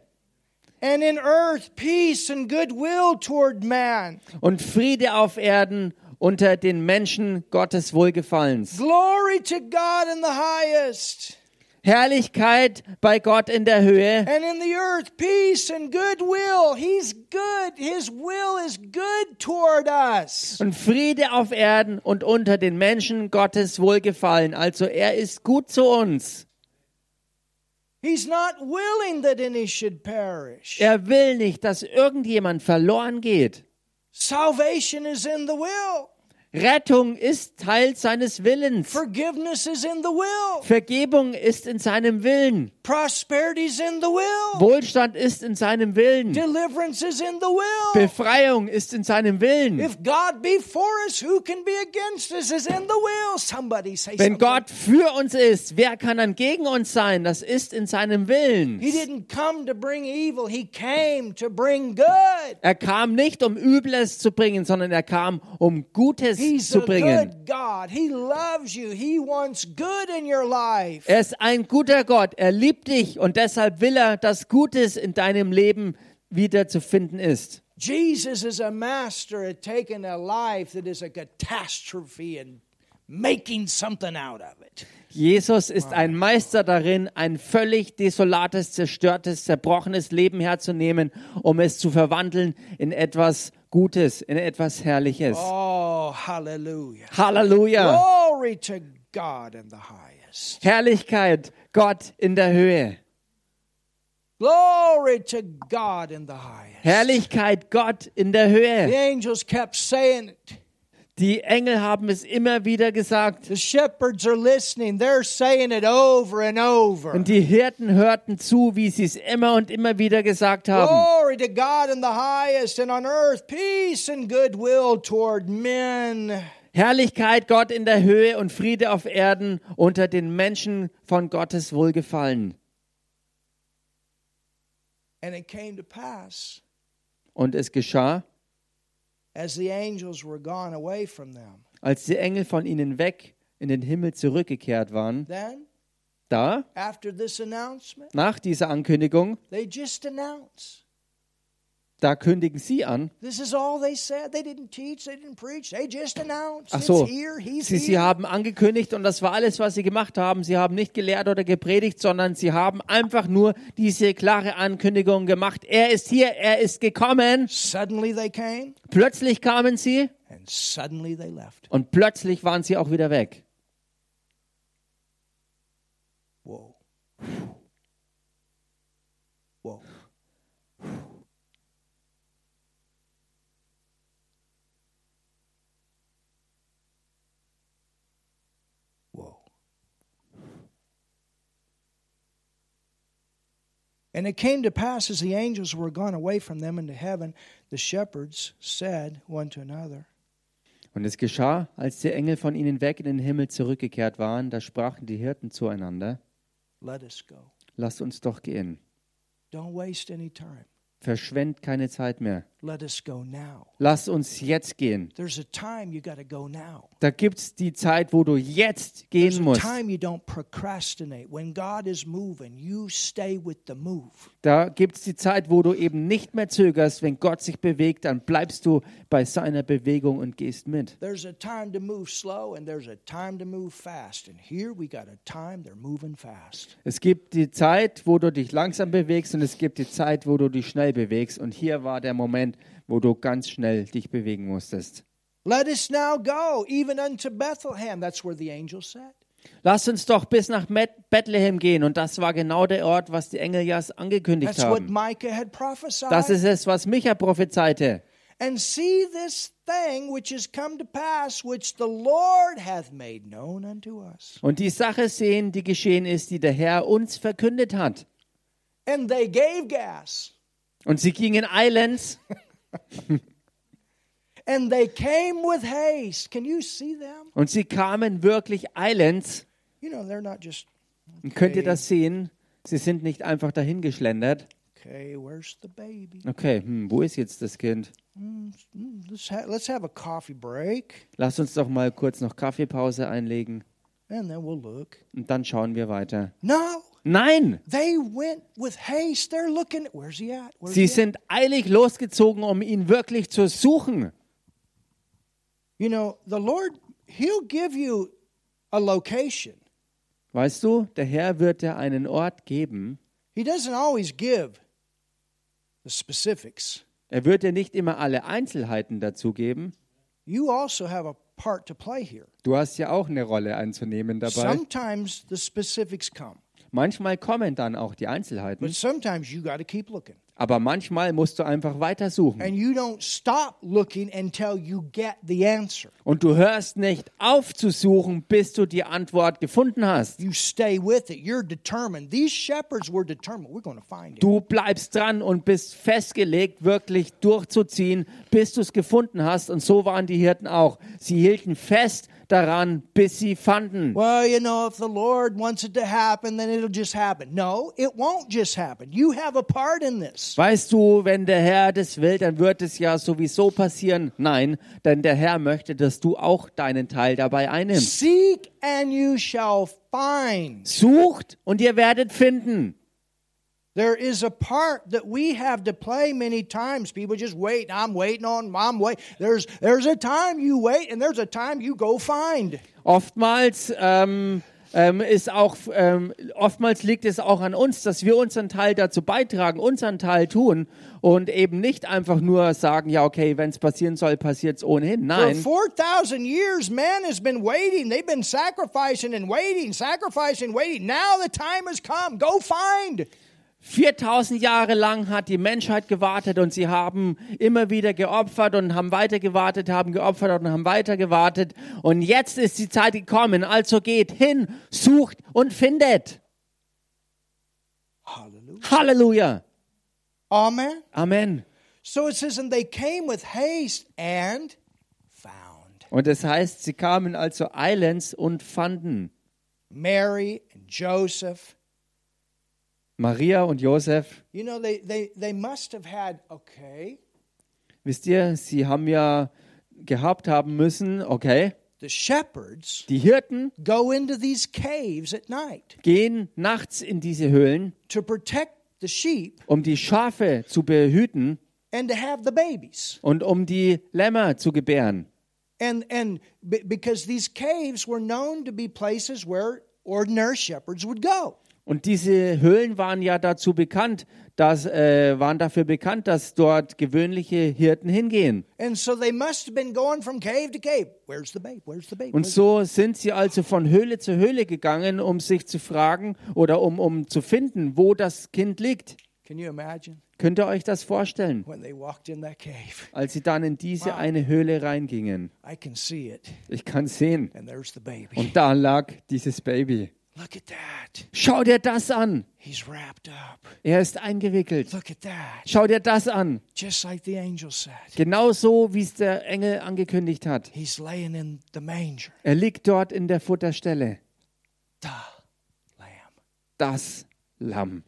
A: and in earth peace and goodwill toward man.
B: und Friede auf Erden unter den Menschen Gottes Wohlgefallens.
A: Glory to God in the highest,
B: Herrlichkeit bei Gott in der Höhe
A: and in the earth peace and goodwill. He's good. His will is good toward us.
B: und Friede auf Erden und unter den Menschen Gottes Wohlgefallen. Also er ist gut zu uns.
A: He's not willing that any should perish.
B: Er will nicht, dass irgendjemand verloren geht.
A: Salvation is in the will.
B: Rettung ist Teil seines Willens.
A: Forgiveness is in the will.
B: Vergebung ist in seinem Willen.
A: Prosperity is in the will.
B: Wohlstand ist in seinem Willen.
A: Deliverance is in the will.
B: Befreiung ist in seinem Willen.
A: If God be for us, who can be against us? Is in the will. Somebody say
B: Wenn
A: something.
B: Gott für uns ist, wer kann dann gegen uns sein? Das ist in seinem Willen.
A: He didn't come to bring evil. He came to bring good.
B: Er kam nicht, um Übles zu bringen, sondern er kam, um Gutes
A: He's
B: zu
A: a
B: bringen.
A: good God. He loves you. He wants good in your life.
B: Er ist ein guter Gott. Er liebt dich und deshalb will er, dass Gutes in deinem Leben wieder zu finden ist.
A: Jesus is a master at taking a life that is a catastrophe and making something out of it.
B: Jesus ist ein Meister darin, ein völlig desolates, zerstörtes, zerbrochenes Leben herzunehmen, um es zu verwandeln in etwas Gutes, in etwas Herrliches.
A: Oh, hallelujah.
B: Halleluja!
A: Glory to God in the highest.
B: Herrlichkeit, Gott in der Höhe.
A: Glory to God in the highest.
B: Herrlichkeit, Gott in der
A: The
B: Höhe.
A: angels kept saying it.
B: Die Engel haben es immer wieder gesagt.
A: The shepherds are listening. They're saying it over and over.
B: Und die Hirten hörten zu, wie sie es immer und immer wieder gesagt haben.
A: Glory to God in the highest, and on earth peace and goodwill toward men.
B: Herrlichkeit, Gott in der Höhe und Friede auf Erden unter den Menschen von Gottes Wohlgefallen.
A: And it came to pass
B: Und es geschah,
A: as the angels were gone away from them.
B: als die Engel von ihnen weg in den Himmel zurückgekehrt waren,
A: Then,
B: da,
A: after this announcement,
B: nach dieser Ankündigung,
A: they just announce.
B: da kündigen sie an.
A: This is all they said. They didn't teach, they didn't preach, they just announced.
B: Ach so,
A: It's here, he's
B: sie, sie
A: here.
B: haben angekündigt und das war alles, was sie gemacht haben. Sie haben nicht gelehrt oder gepredigt, sondern sie haben einfach nur diese klare Ankündigung gemacht. Er ist hier, er ist gekommen.
A: Suddenly they came,
B: Plötzlich kamen sie
A: and suddenly they left.
B: und plötzlich waren sie auch wieder weg.
A: Whoa. Whoa. Whoa. And it came to pass as the angels were gone away from them into heaven, the shepherds said one to another,
B: Und es geschah, als die Engel von ihnen weg in den Himmel zurückgekehrt waren, da sprachen die Hirten zueinander,
A: Let us go.
B: lasst uns doch gehen,
A: Don't waste any time.
B: verschwend keine Zeit mehr,
A: Let us go now.
B: lasst uns jetzt gehen.
A: There's a time you got to go now.
B: Da gibt's die Zeit, wo du
A: There's
B: jetzt gehen
A: a
B: musst.
A: time you don't procrastinate. When God is moving, you stay with the move.
B: Da gibt's die Zeit, wo du eben nicht mehr zögerst. Wenn Gott sich bewegt, dann bleibst du bei seiner Bewegung und gehst mit.
A: There's a time to move slow and there's a time to move fast. And here we got a time they're moving fast.
B: Es gibt die Zeit, wo du dich langsam bewegst und es gibt die Zeit, wo du dich schnell bewegst. Und hier war der Moment, wo du ganz schnell dich bewegen musstest.
A: Let us now go, even unto Bethlehem. That's where the angel said.
B: Lass uns doch bis nach Met- Bethlehem gehen. Und das war genau der Ort, was die Engel ja angekündigt
A: That's what
B: haben.
A: Micah had prophesied.
B: Das ist es, was Micha prophezeite.
A: and see this thing which is come to pass, which the Lord hath made known unto us.
B: Und die Sache sehen, die geschehen ist, die der Herr uns verkündet hat.
A: And they gave gas.
B: Und sie gingen eilends
A: And they came with haste. Can you see them?
B: und sie kamen wirklich eilends.
A: You know, they're not just,
B: Und könnt ihr das sehen? Sie sind nicht einfach dahingeschlendert.
A: okay, where's the baby?
B: Okay, hm, wo ist jetzt das Kind?
A: Mm, Let's, ha- let's have a coffee break
B: Lasst uns doch mal kurz noch Kaffeepause einlegen
A: and then we'll look.
B: und dann schauen wir weiter.
A: No,
B: Nein,
A: they went with haste. They're looking at, where's he at? Where's
B: sie
A: he at?
B: sind eilig losgezogen, um ihn wirklich zu suchen.
A: You know, the Lord, he'll give you a location.
B: Weißt du, der Herr wird dir einen Ort geben.
A: He doesn't always give the specifics.
B: Er wird dir nicht immer alle Einzelheiten dazu geben.
A: You also have a part to play here.
B: Du hast ja auch eine Rolle einzunehmen dabei.
A: Sometimes the specifics come,
B: Manchmal kommen dann auch die Einzelheiten,
A: but sometimes you got to keep looking.
B: aber manchmal musst du einfach weitersuchen.
A: And you don't stop looking until you get the answer.
B: Und du hörst nicht auf zu suchen, bis du die Antwort gefunden hast.
A: You stay with it. You're determined. These shepherds were determined. We're going to find it.
B: Du bleibst dran und bist festgelegt, wirklich durchzuziehen, bis du es gefunden hast. Und so waren die Hirten auch. Sie hielten fest daran, bis sie fanden.
A: Well, you know, if the Lord wants it to happen, then it'll just happen. No, it won't just happen. You have a part in this.
B: Weißt du, wenn der Herr das will, dann wird es ja sowieso passieren. Nein, denn der Herr möchte, dass du auch deinen Teil dabei einnimmst.
A: Seek and you shall find.
B: Sucht und ihr werdet finden.
A: There is a part that we have to play many times. People just wait. I'm waiting on. I'm wait. There's there's a time you wait, and there's a time you go find.
B: Oftmals ähm, ähm, ist auch ähm, oftmals liegt es auch an uns, dass wir unseren Teil dazu beitragen, unseren Teil tun und eben nicht einfach nur sagen, ja okay, wenn es passieren soll, passiert es ohnehin.
A: For
B: Nein,
A: 4,000 years, man has been waiting. They've been sacrificing and waiting, sacrificing, waiting. Now the time has come. Go find.
B: 4000 Jahre lang hat die Menschheit gewartet und sie haben immer wieder geopfert und haben weiter gewartet, haben geopfert und haben weiter gewartet und jetzt ist die Zeit gekommen. Also geht hin, sucht und findet.
A: Hallelujah.
B: Halleluja.
A: Amen.
B: Amen.
A: So it says, and they came with haste and found.
B: Und es heißt, sie kamen also eilends und fanden
A: Mary and Joseph.
B: Maria und Josef.
A: You know, they, they, they must have had, okay,
B: wisst ihr, sie haben ja gehabt haben müssen, okay,
A: The shepherds
B: die Hirten
A: go into these caves at night
B: gehen nachts in diese Höhlen,
A: to protect the sheep
B: um die Schafe zu behüten
A: and to have the babies.
B: und um die Lämmer zu gebären.
A: And and be- because these caves were known to be places where ordinary shepherds would go.
B: Und diese Höhlen waren ja dazu bekannt, dass, äh, waren dafür bekannt, dass dort gewöhnliche Hirten hingehen.
A: And so they must have been going from cave to cave. Where's the babe? Where's the babe?
B: Und
A: Where's-
B: so sind sie also von Höhle zu Höhle gegangen, um sich zu fragen oder um, um zu finden, wo das Kind liegt.
A: Can you imagine
B: Könnt ihr euch das vorstellen?
A: when they walked in that cave?
B: Als sie dann in diese eine Höhle reingingen.
A: I can see it.
B: Ich kann sehen.
A: And there's the baby.
B: Und da lag dieses Baby.
A: Look at that.
B: Schau dir das an.
A: He's wrapped up.
B: Er ist eingewickelt.
A: Look at that.
B: Schau dir das an.
A: Just like the angel said.
B: Genau so, wie es der Engel angekündigt hat.
A: He's laying in the manger.
B: Er liegt dort in der Futterstelle.
A: The lamb.
B: Das Lamm.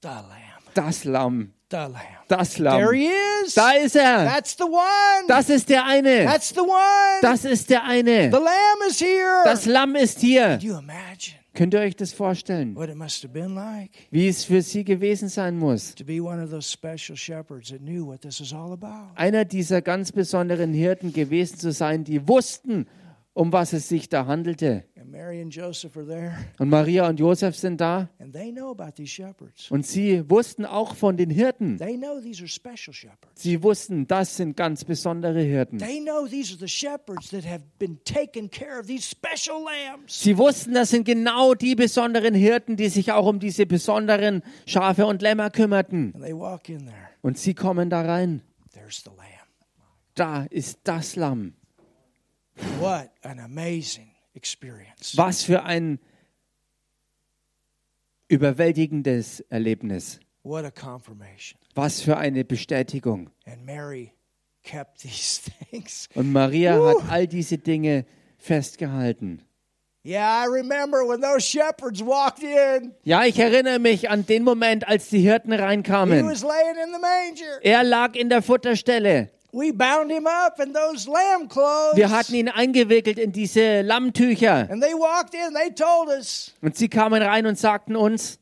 A: The lamb.
B: Das Lamm.
A: The lamb.
B: Das
A: There
B: Lamm.
A: he is.
B: Da ist er.
A: That's the one.
B: Das ist der eine.
A: That's the one.
B: Das ist der
A: the
B: eine.
A: lamb is here.
B: Das Lamm ist hier.
A: Can you imagine
B: Könnt ihr euch das vorstellen?
A: what it must have been like
B: Wie es für sie gewesen sein muss.
A: to be one of those special shepherds that knew what this is all about?
B: Einer dieser ganz besonderen Hirten gewesen zu sein, die wussten, um was es sich da handelte.
A: And Mary and Joseph are there,
B: Und Maria und Josef sind da
A: and they know about these shepherds.
B: und sie wussten auch von den Hirten.
A: They know these are special shepherds.
B: Sie wussten, das sind ganz besondere Hirten.
A: They know these are the shepherds that have been taking care of these special lambs.
B: Sie wussten, das sind genau die besonderen Hirten, die sich auch um diese besonderen Schafe und Lämmer kümmerten.
A: And they walk in there.
B: Und sie kommen da rein.
A: There's the lamb.
B: Da ist das Lamm.
A: What an amazing experience.
B: Was für ein überwältigendes Erlebnis.
A: What a confirmation.
B: Was für eine Bestätigung.
A: And Mary kept these things.
B: Und Maria hat all diese Dinge festgehalten.
A: Yeah, I remember when those shepherds walked in.
B: Ja, ich erinnere mich an den Moment, als die Hirten
A: He
B: reinkamen.
A: was laying in the manger.
B: Er lag in der Futterstelle.
A: We bound him up in those lamb clothes.
B: Wir hatten ihn eingewickelt in diese Lammtücher.
A: and they walked in. They told us
B: Und sie kamen rein und sagten uns,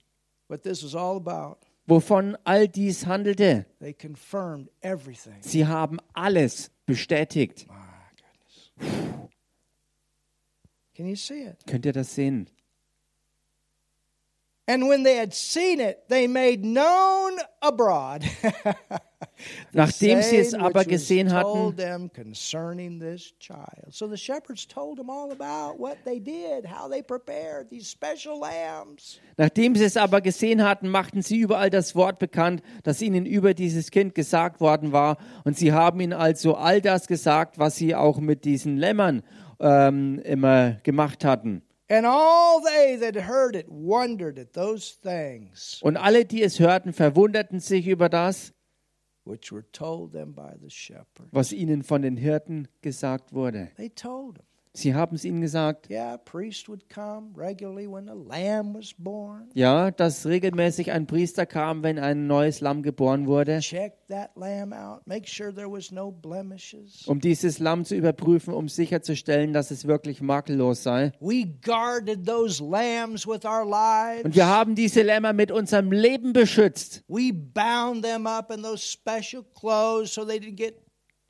A: what this was all about.
B: wovon all dies handelte.
A: They confirmed everything.
B: Sie haben alles bestätigt.
A: My goodness. Can you see it?
B: Könnt ihr das sehen?
A: And when they had seen it, they made known abroad.
B: Nachdem sie es
A: saying
B: aber
A: which was
B: gesehen
A: Told
B: hatten,
A: them concerning this child. So the shepherds told them all about what they did, how they prepared these special lambs.
B: nachdem sie es aber gesehen hatten, machten sie überall das Wort bekannt, das ihnen über dieses Kind gesagt worden war. Und sie haben ihnen also all das gesagt, was sie auch mit diesen Lämmern ähm, immer gemacht hatten.
A: And all they that heard it wondered at those things
B: Und alle, die es hörten, verwunderten sich über das,
A: which were told them by the shepherd.
B: was ihnen von den Hirten gesagt wurde.
A: They told them.
B: Sie haben es ihnen gesagt,
A: Yeah, a priest would come regularly when a lamb was born,
B: ja, dass regelmäßig ein Priester kam, wenn ein neues Lamm geboren wurde,
A: check that lamb out, make sure there was no blemishes.
B: um dieses Lamm zu überprüfen, um sicherzustellen, dass es wirklich makellos sei.
A: We guarded those lambs with our lives.
B: Und wir haben diese Lämmer mit unserem Leben beschützt.
A: We bound them up in those special clothes so they didn't get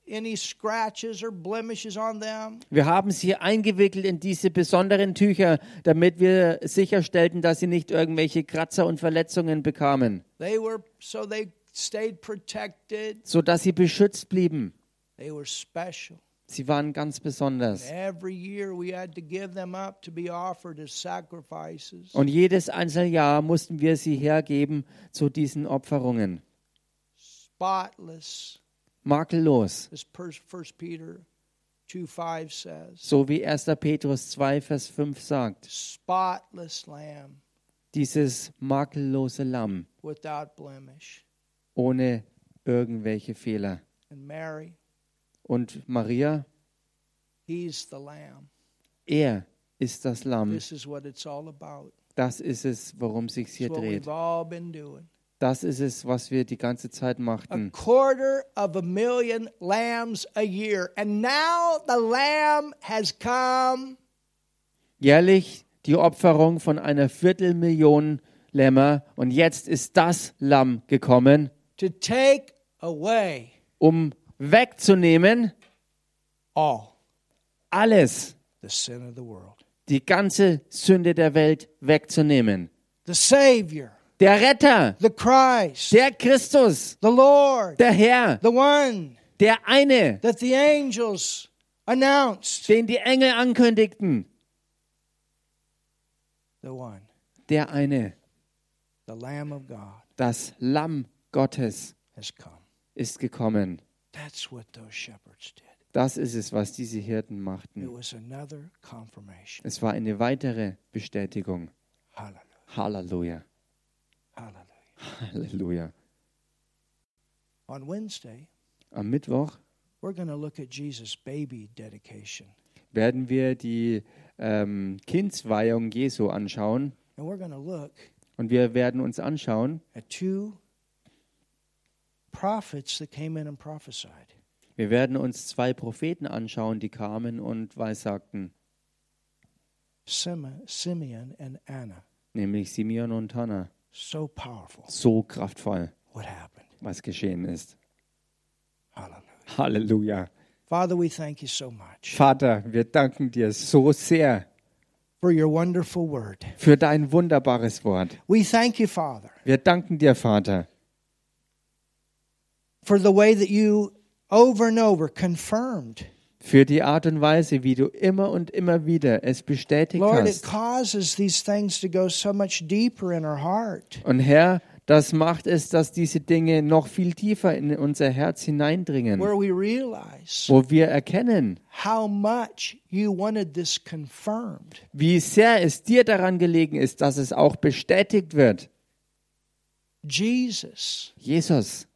A: any scratches or blemishes on them.
B: Wir haben sie eingewickelt in diese besonderen Tücher, damit wir sicherstellten, dass sie nicht irgendwelche Kratzer und Verletzungen bekamen,
A: They were so they stayed protected.
B: sodass sie beschützt blieben.
A: They were special.
B: Sie waren ganz besonders.
A: Every year we had to give them up to be offered as sacrifices.
B: Und jedes einzelne Jahr mussten wir sie hergeben zu diesen Opferungen.
A: Spotless,
B: Makellos,
A: as First Peter 2 5 says.
B: so wie 1. Petrus 2, Vers 5 sagt.
A: Spotless lamb
B: Dieses makellose Lamm
A: without blemish.
B: ohne irgendwelche Fehler.
A: And Mary,
B: Und Maria,
A: he's the lamb.
B: er ist das Lamm.
A: This is what it's all about.
B: Das ist es, worum sich
A: It's
B: hier
A: what
B: dreht.
A: we've all been doing.
B: Das ist es, was wir die ganze Zeit
A: a
B: machten.
A: quarter of a million lambs a year. And now the lamb has come.
B: Jährlich die Opferung von einer Viertelmillion Lämmer. Und jetzt ist das Lamm gekommen,
A: to take away
B: um wegzunehmen
A: all
B: alles,
A: the sin of the world.
B: die ganze Sünde der Welt wegzunehmen.
A: The Savior,
B: Der Retter,
A: the Christ,
B: der Christus,
A: the Lord,
B: der Herr,
A: the one
B: der eine,
A: that the angels announced,
B: den die Engel ankündigten.
A: the one,
B: Der eine,
A: the Lamb of God
B: das Lamm Gottes
A: has come.
B: ist gekommen.
A: That's what those shepherds did.
B: Das ist es, was diese Hirten
A: It
B: machten.
A: was another confirmation.
B: Es war eine weitere Bestätigung.
A: Hallelujah.
B: Halleluja.
A: Hallelujah.
B: Halleluja.
A: On Wednesday,
B: Am Mittwoch
A: we're going to look at Jesus' baby dedication.
B: werden wir die ähm, Kindsweihung Jesu anschauen.
A: And we're going to look
B: Und wir werden uns anschauen,
A: at two prophets that came in and prophesied.
B: wir werden uns zwei Propheten anschauen, die kamen und weissagten,
A: Sima- Simeon and Anna.
B: nämlich Simeon und Hannah.
A: So powerful
B: So kraftvoll,
A: what happened.
B: was geschehen ist.
A: Hallelujah.
B: Halleluja.
A: Father, we thank you so much
B: Vater, wir danken dir so sehr
A: for your wonderful word.
B: für dein wunderbares Wort.
A: We thank you, Father,
B: Wir danken dir, Vater,
A: for the way that you over and over confirmed.
B: für die Art und Weise, wie du immer und immer wieder es bestätigt
A: Lord, it
B: hast.
A: causes these things to go so much deeper in our heart.
B: Und Herr, das macht es, dass diese Dinge noch viel tiefer in unser Herz hineindringen,
A: Where we realize
B: wo wir erkennen,
A: how much you wanted this confirmed.
B: wie sehr es dir daran gelegen ist, dass es auch bestätigt wird.
A: Jesus,
B: Jesus,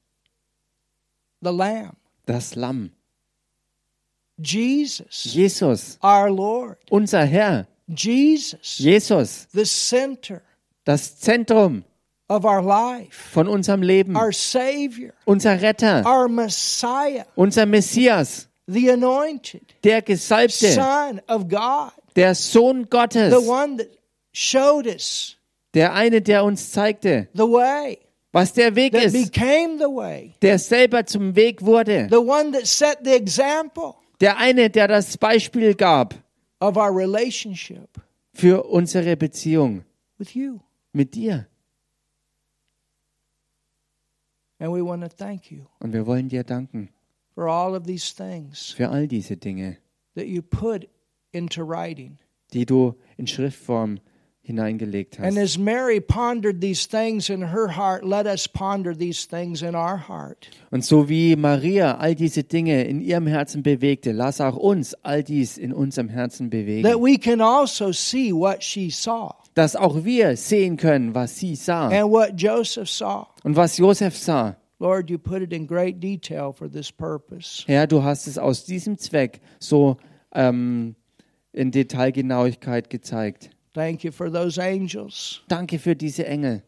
A: the Lamb,
B: das Lamm,
A: Jesus,
B: Jesus,
A: our Lord,
B: unser Herr,
A: Jesus,
B: Jesus,
A: the center
B: das Zentrum
A: of our life.
B: von unserem Leben,
A: our Savior,
B: unser Retter,
A: our Messiah,
B: unser Messias,
A: the anointed
B: der Gesalbte,
A: Son of God,
B: der Sohn Gottes,
A: the one that showed us
B: der eine, der uns zeigte,
A: the way,
B: was der Weg
A: that
B: ist,
A: became the way,
B: der selber zum Weg wurde.
A: the one that set the example
B: Der eine, der das Beispiel gab
A: of our relationship
B: für unsere Beziehung
A: with you.
B: mit dir.
A: And we want to thank you
B: Und wir wollen dir danken
A: for all of these things
B: für all diese Dinge,
A: that you put into writing.
B: die du in Schriftform hineingelegt
A: And
B: hast.
A: as Mary pondered these things in her heart, let us ponder these things in our heart.
B: Und so wie Maria all diese Dinge in ihrem Herzen bewegte, lass auch uns all dies in unserem Herzen
A: That
B: bewegen,
A: we can also see what she saw
B: dass auch wir sehen können, was sie sah
A: and what Joseph saw.
B: und was Josef sah.
A: Lord, you put it in great detail for this purpose.
B: Herr, du hast es aus diesem Zweck so ähm, in Detailgenauigkeit gezeigt.
A: Thank you for those angels
B: Danke für diese Engel,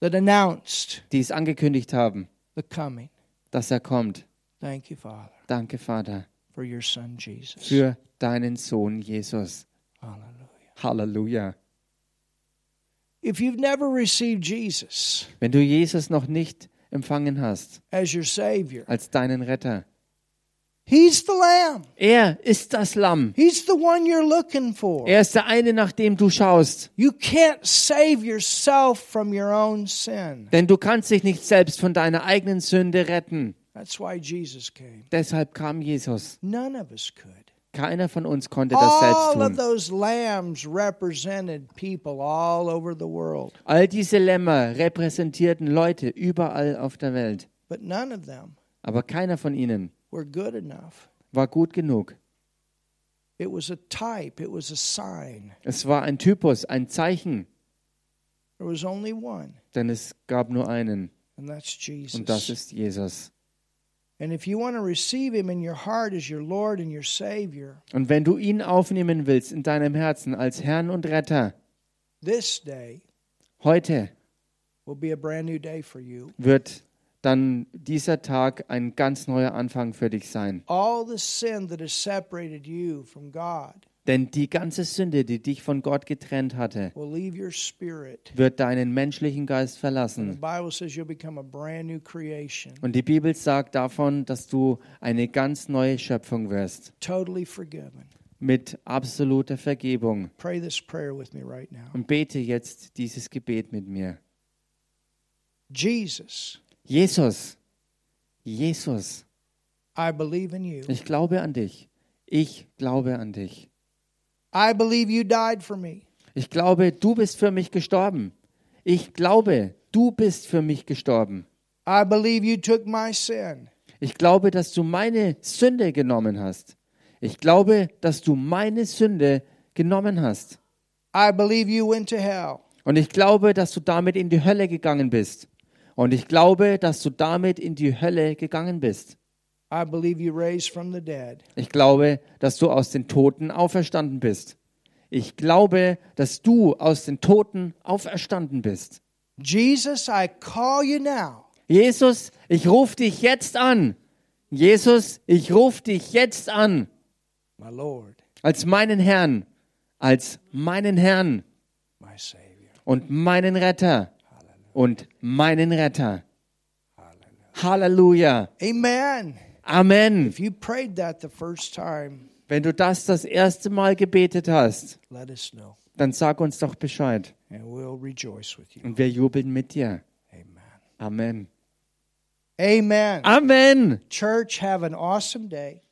A: that announced
B: die es angekündigt haben.
A: the coming.
B: dass er kommt.
A: Thank you, Father,
B: Danke, Vater,
A: for your son Jesus.
B: für deinen Sohn Jesus.
A: Hallelujah.
B: Halleluja.
A: If you've never received Jesus
B: Wenn du Jesus noch nicht empfangen hast
A: as your Savior,
B: als deinen Retter,
A: He's the Lamb.
B: er ist das Lamm.
A: He's the one you're looking for.
B: Er ist der eine, nach dem du schaust.
A: You can't save yourself from your own sin.
B: Denn du kannst dich nicht selbst von deiner eigenen Sünde retten.
A: That's why Jesus came.
B: Deshalb kam Jesus.
A: None of us could.
B: Keiner von uns konnte das selbst
A: All of
B: tun.
A: those lambs represented people all over the world,
B: All diese Lämmer repräsentierten Leute überall auf der Welt.
A: but none of them
B: Aber keiner von ihnen
A: were good enough.
B: war gut genug.
A: It was a type, it was a sign.
B: Es war ein Typus, ein Zeichen,
A: There was only one,
B: denn es gab nur einen.
A: and that's Jesus.
B: Und das ist Jesus.
A: and if you want to receive him in your heart as your Lord and your Savior,
B: Und wenn du ihn aufnehmen willst in deinem Herzen als Herrn und Retter,
A: this day
B: heute
A: will be a brand new day for you.
B: wird dann dieser Tag ein ganz neuer Anfang für dich sein.
A: All the sin that has separated you from God
B: Denn die ganze Sünde, die dich von Gott getrennt hatte,
A: will leave your spirit.
B: wird deinen menschlichen Geist
A: The
B: verlassen.
A: Bible says you'll become a brand new creation,
B: Und die Bibel sagt davon, dass du eine ganz neue Schöpfung wirst,
A: totally forgiven.
B: mit absoluter Vergebung.
A: Pray this prayer with me right now.
B: Und bete jetzt dieses Gebet mit mir.
A: Jesus,
B: Jesus, Jesus,
A: I believe in you.
B: ich glaube an dich. Ich glaube an dich.
A: I believe you died for me.
B: Ich glaube, du bist für mich gestorben. Ich glaube, du bist für mich gestorben.
A: I believe you took my sin.
B: Ich glaube, dass du meine Sünde genommen hast. Ich glaube, dass du meine Sünde genommen hast.
A: I believe you went to hell.
B: Und ich glaube, dass du damit in die Hölle gegangen bist. Und ich glaube, dass du damit in die Hölle gegangen bist.
A: I believe you raised from the dead.
B: Ich glaube, dass du aus den Toten auferstanden bist. Ich glaube, dass du aus den Toten auferstanden bist.
A: Jesus, I call you now.
B: Jesus, ich rufe dich jetzt an. Jesus, ich rufe dich jetzt an.
A: my Lord,
B: Als meinen Herrn. Als meinen Herrn
A: my Savior.
B: und meinen Retter. Und meinen Retter. Halleluja.
A: Amen.
B: Amen.
A: If you prayed that the first time,
B: Wenn du das das erste Mal gebetet hast,
A: let us know
B: dann sag uns doch Bescheid.
A: and we'll rejoice with you.
B: Und wir jubeln mit dir.
A: Amen.
B: Amen.
A: Amen.
B: Amen.
A: Church, have an awesome day.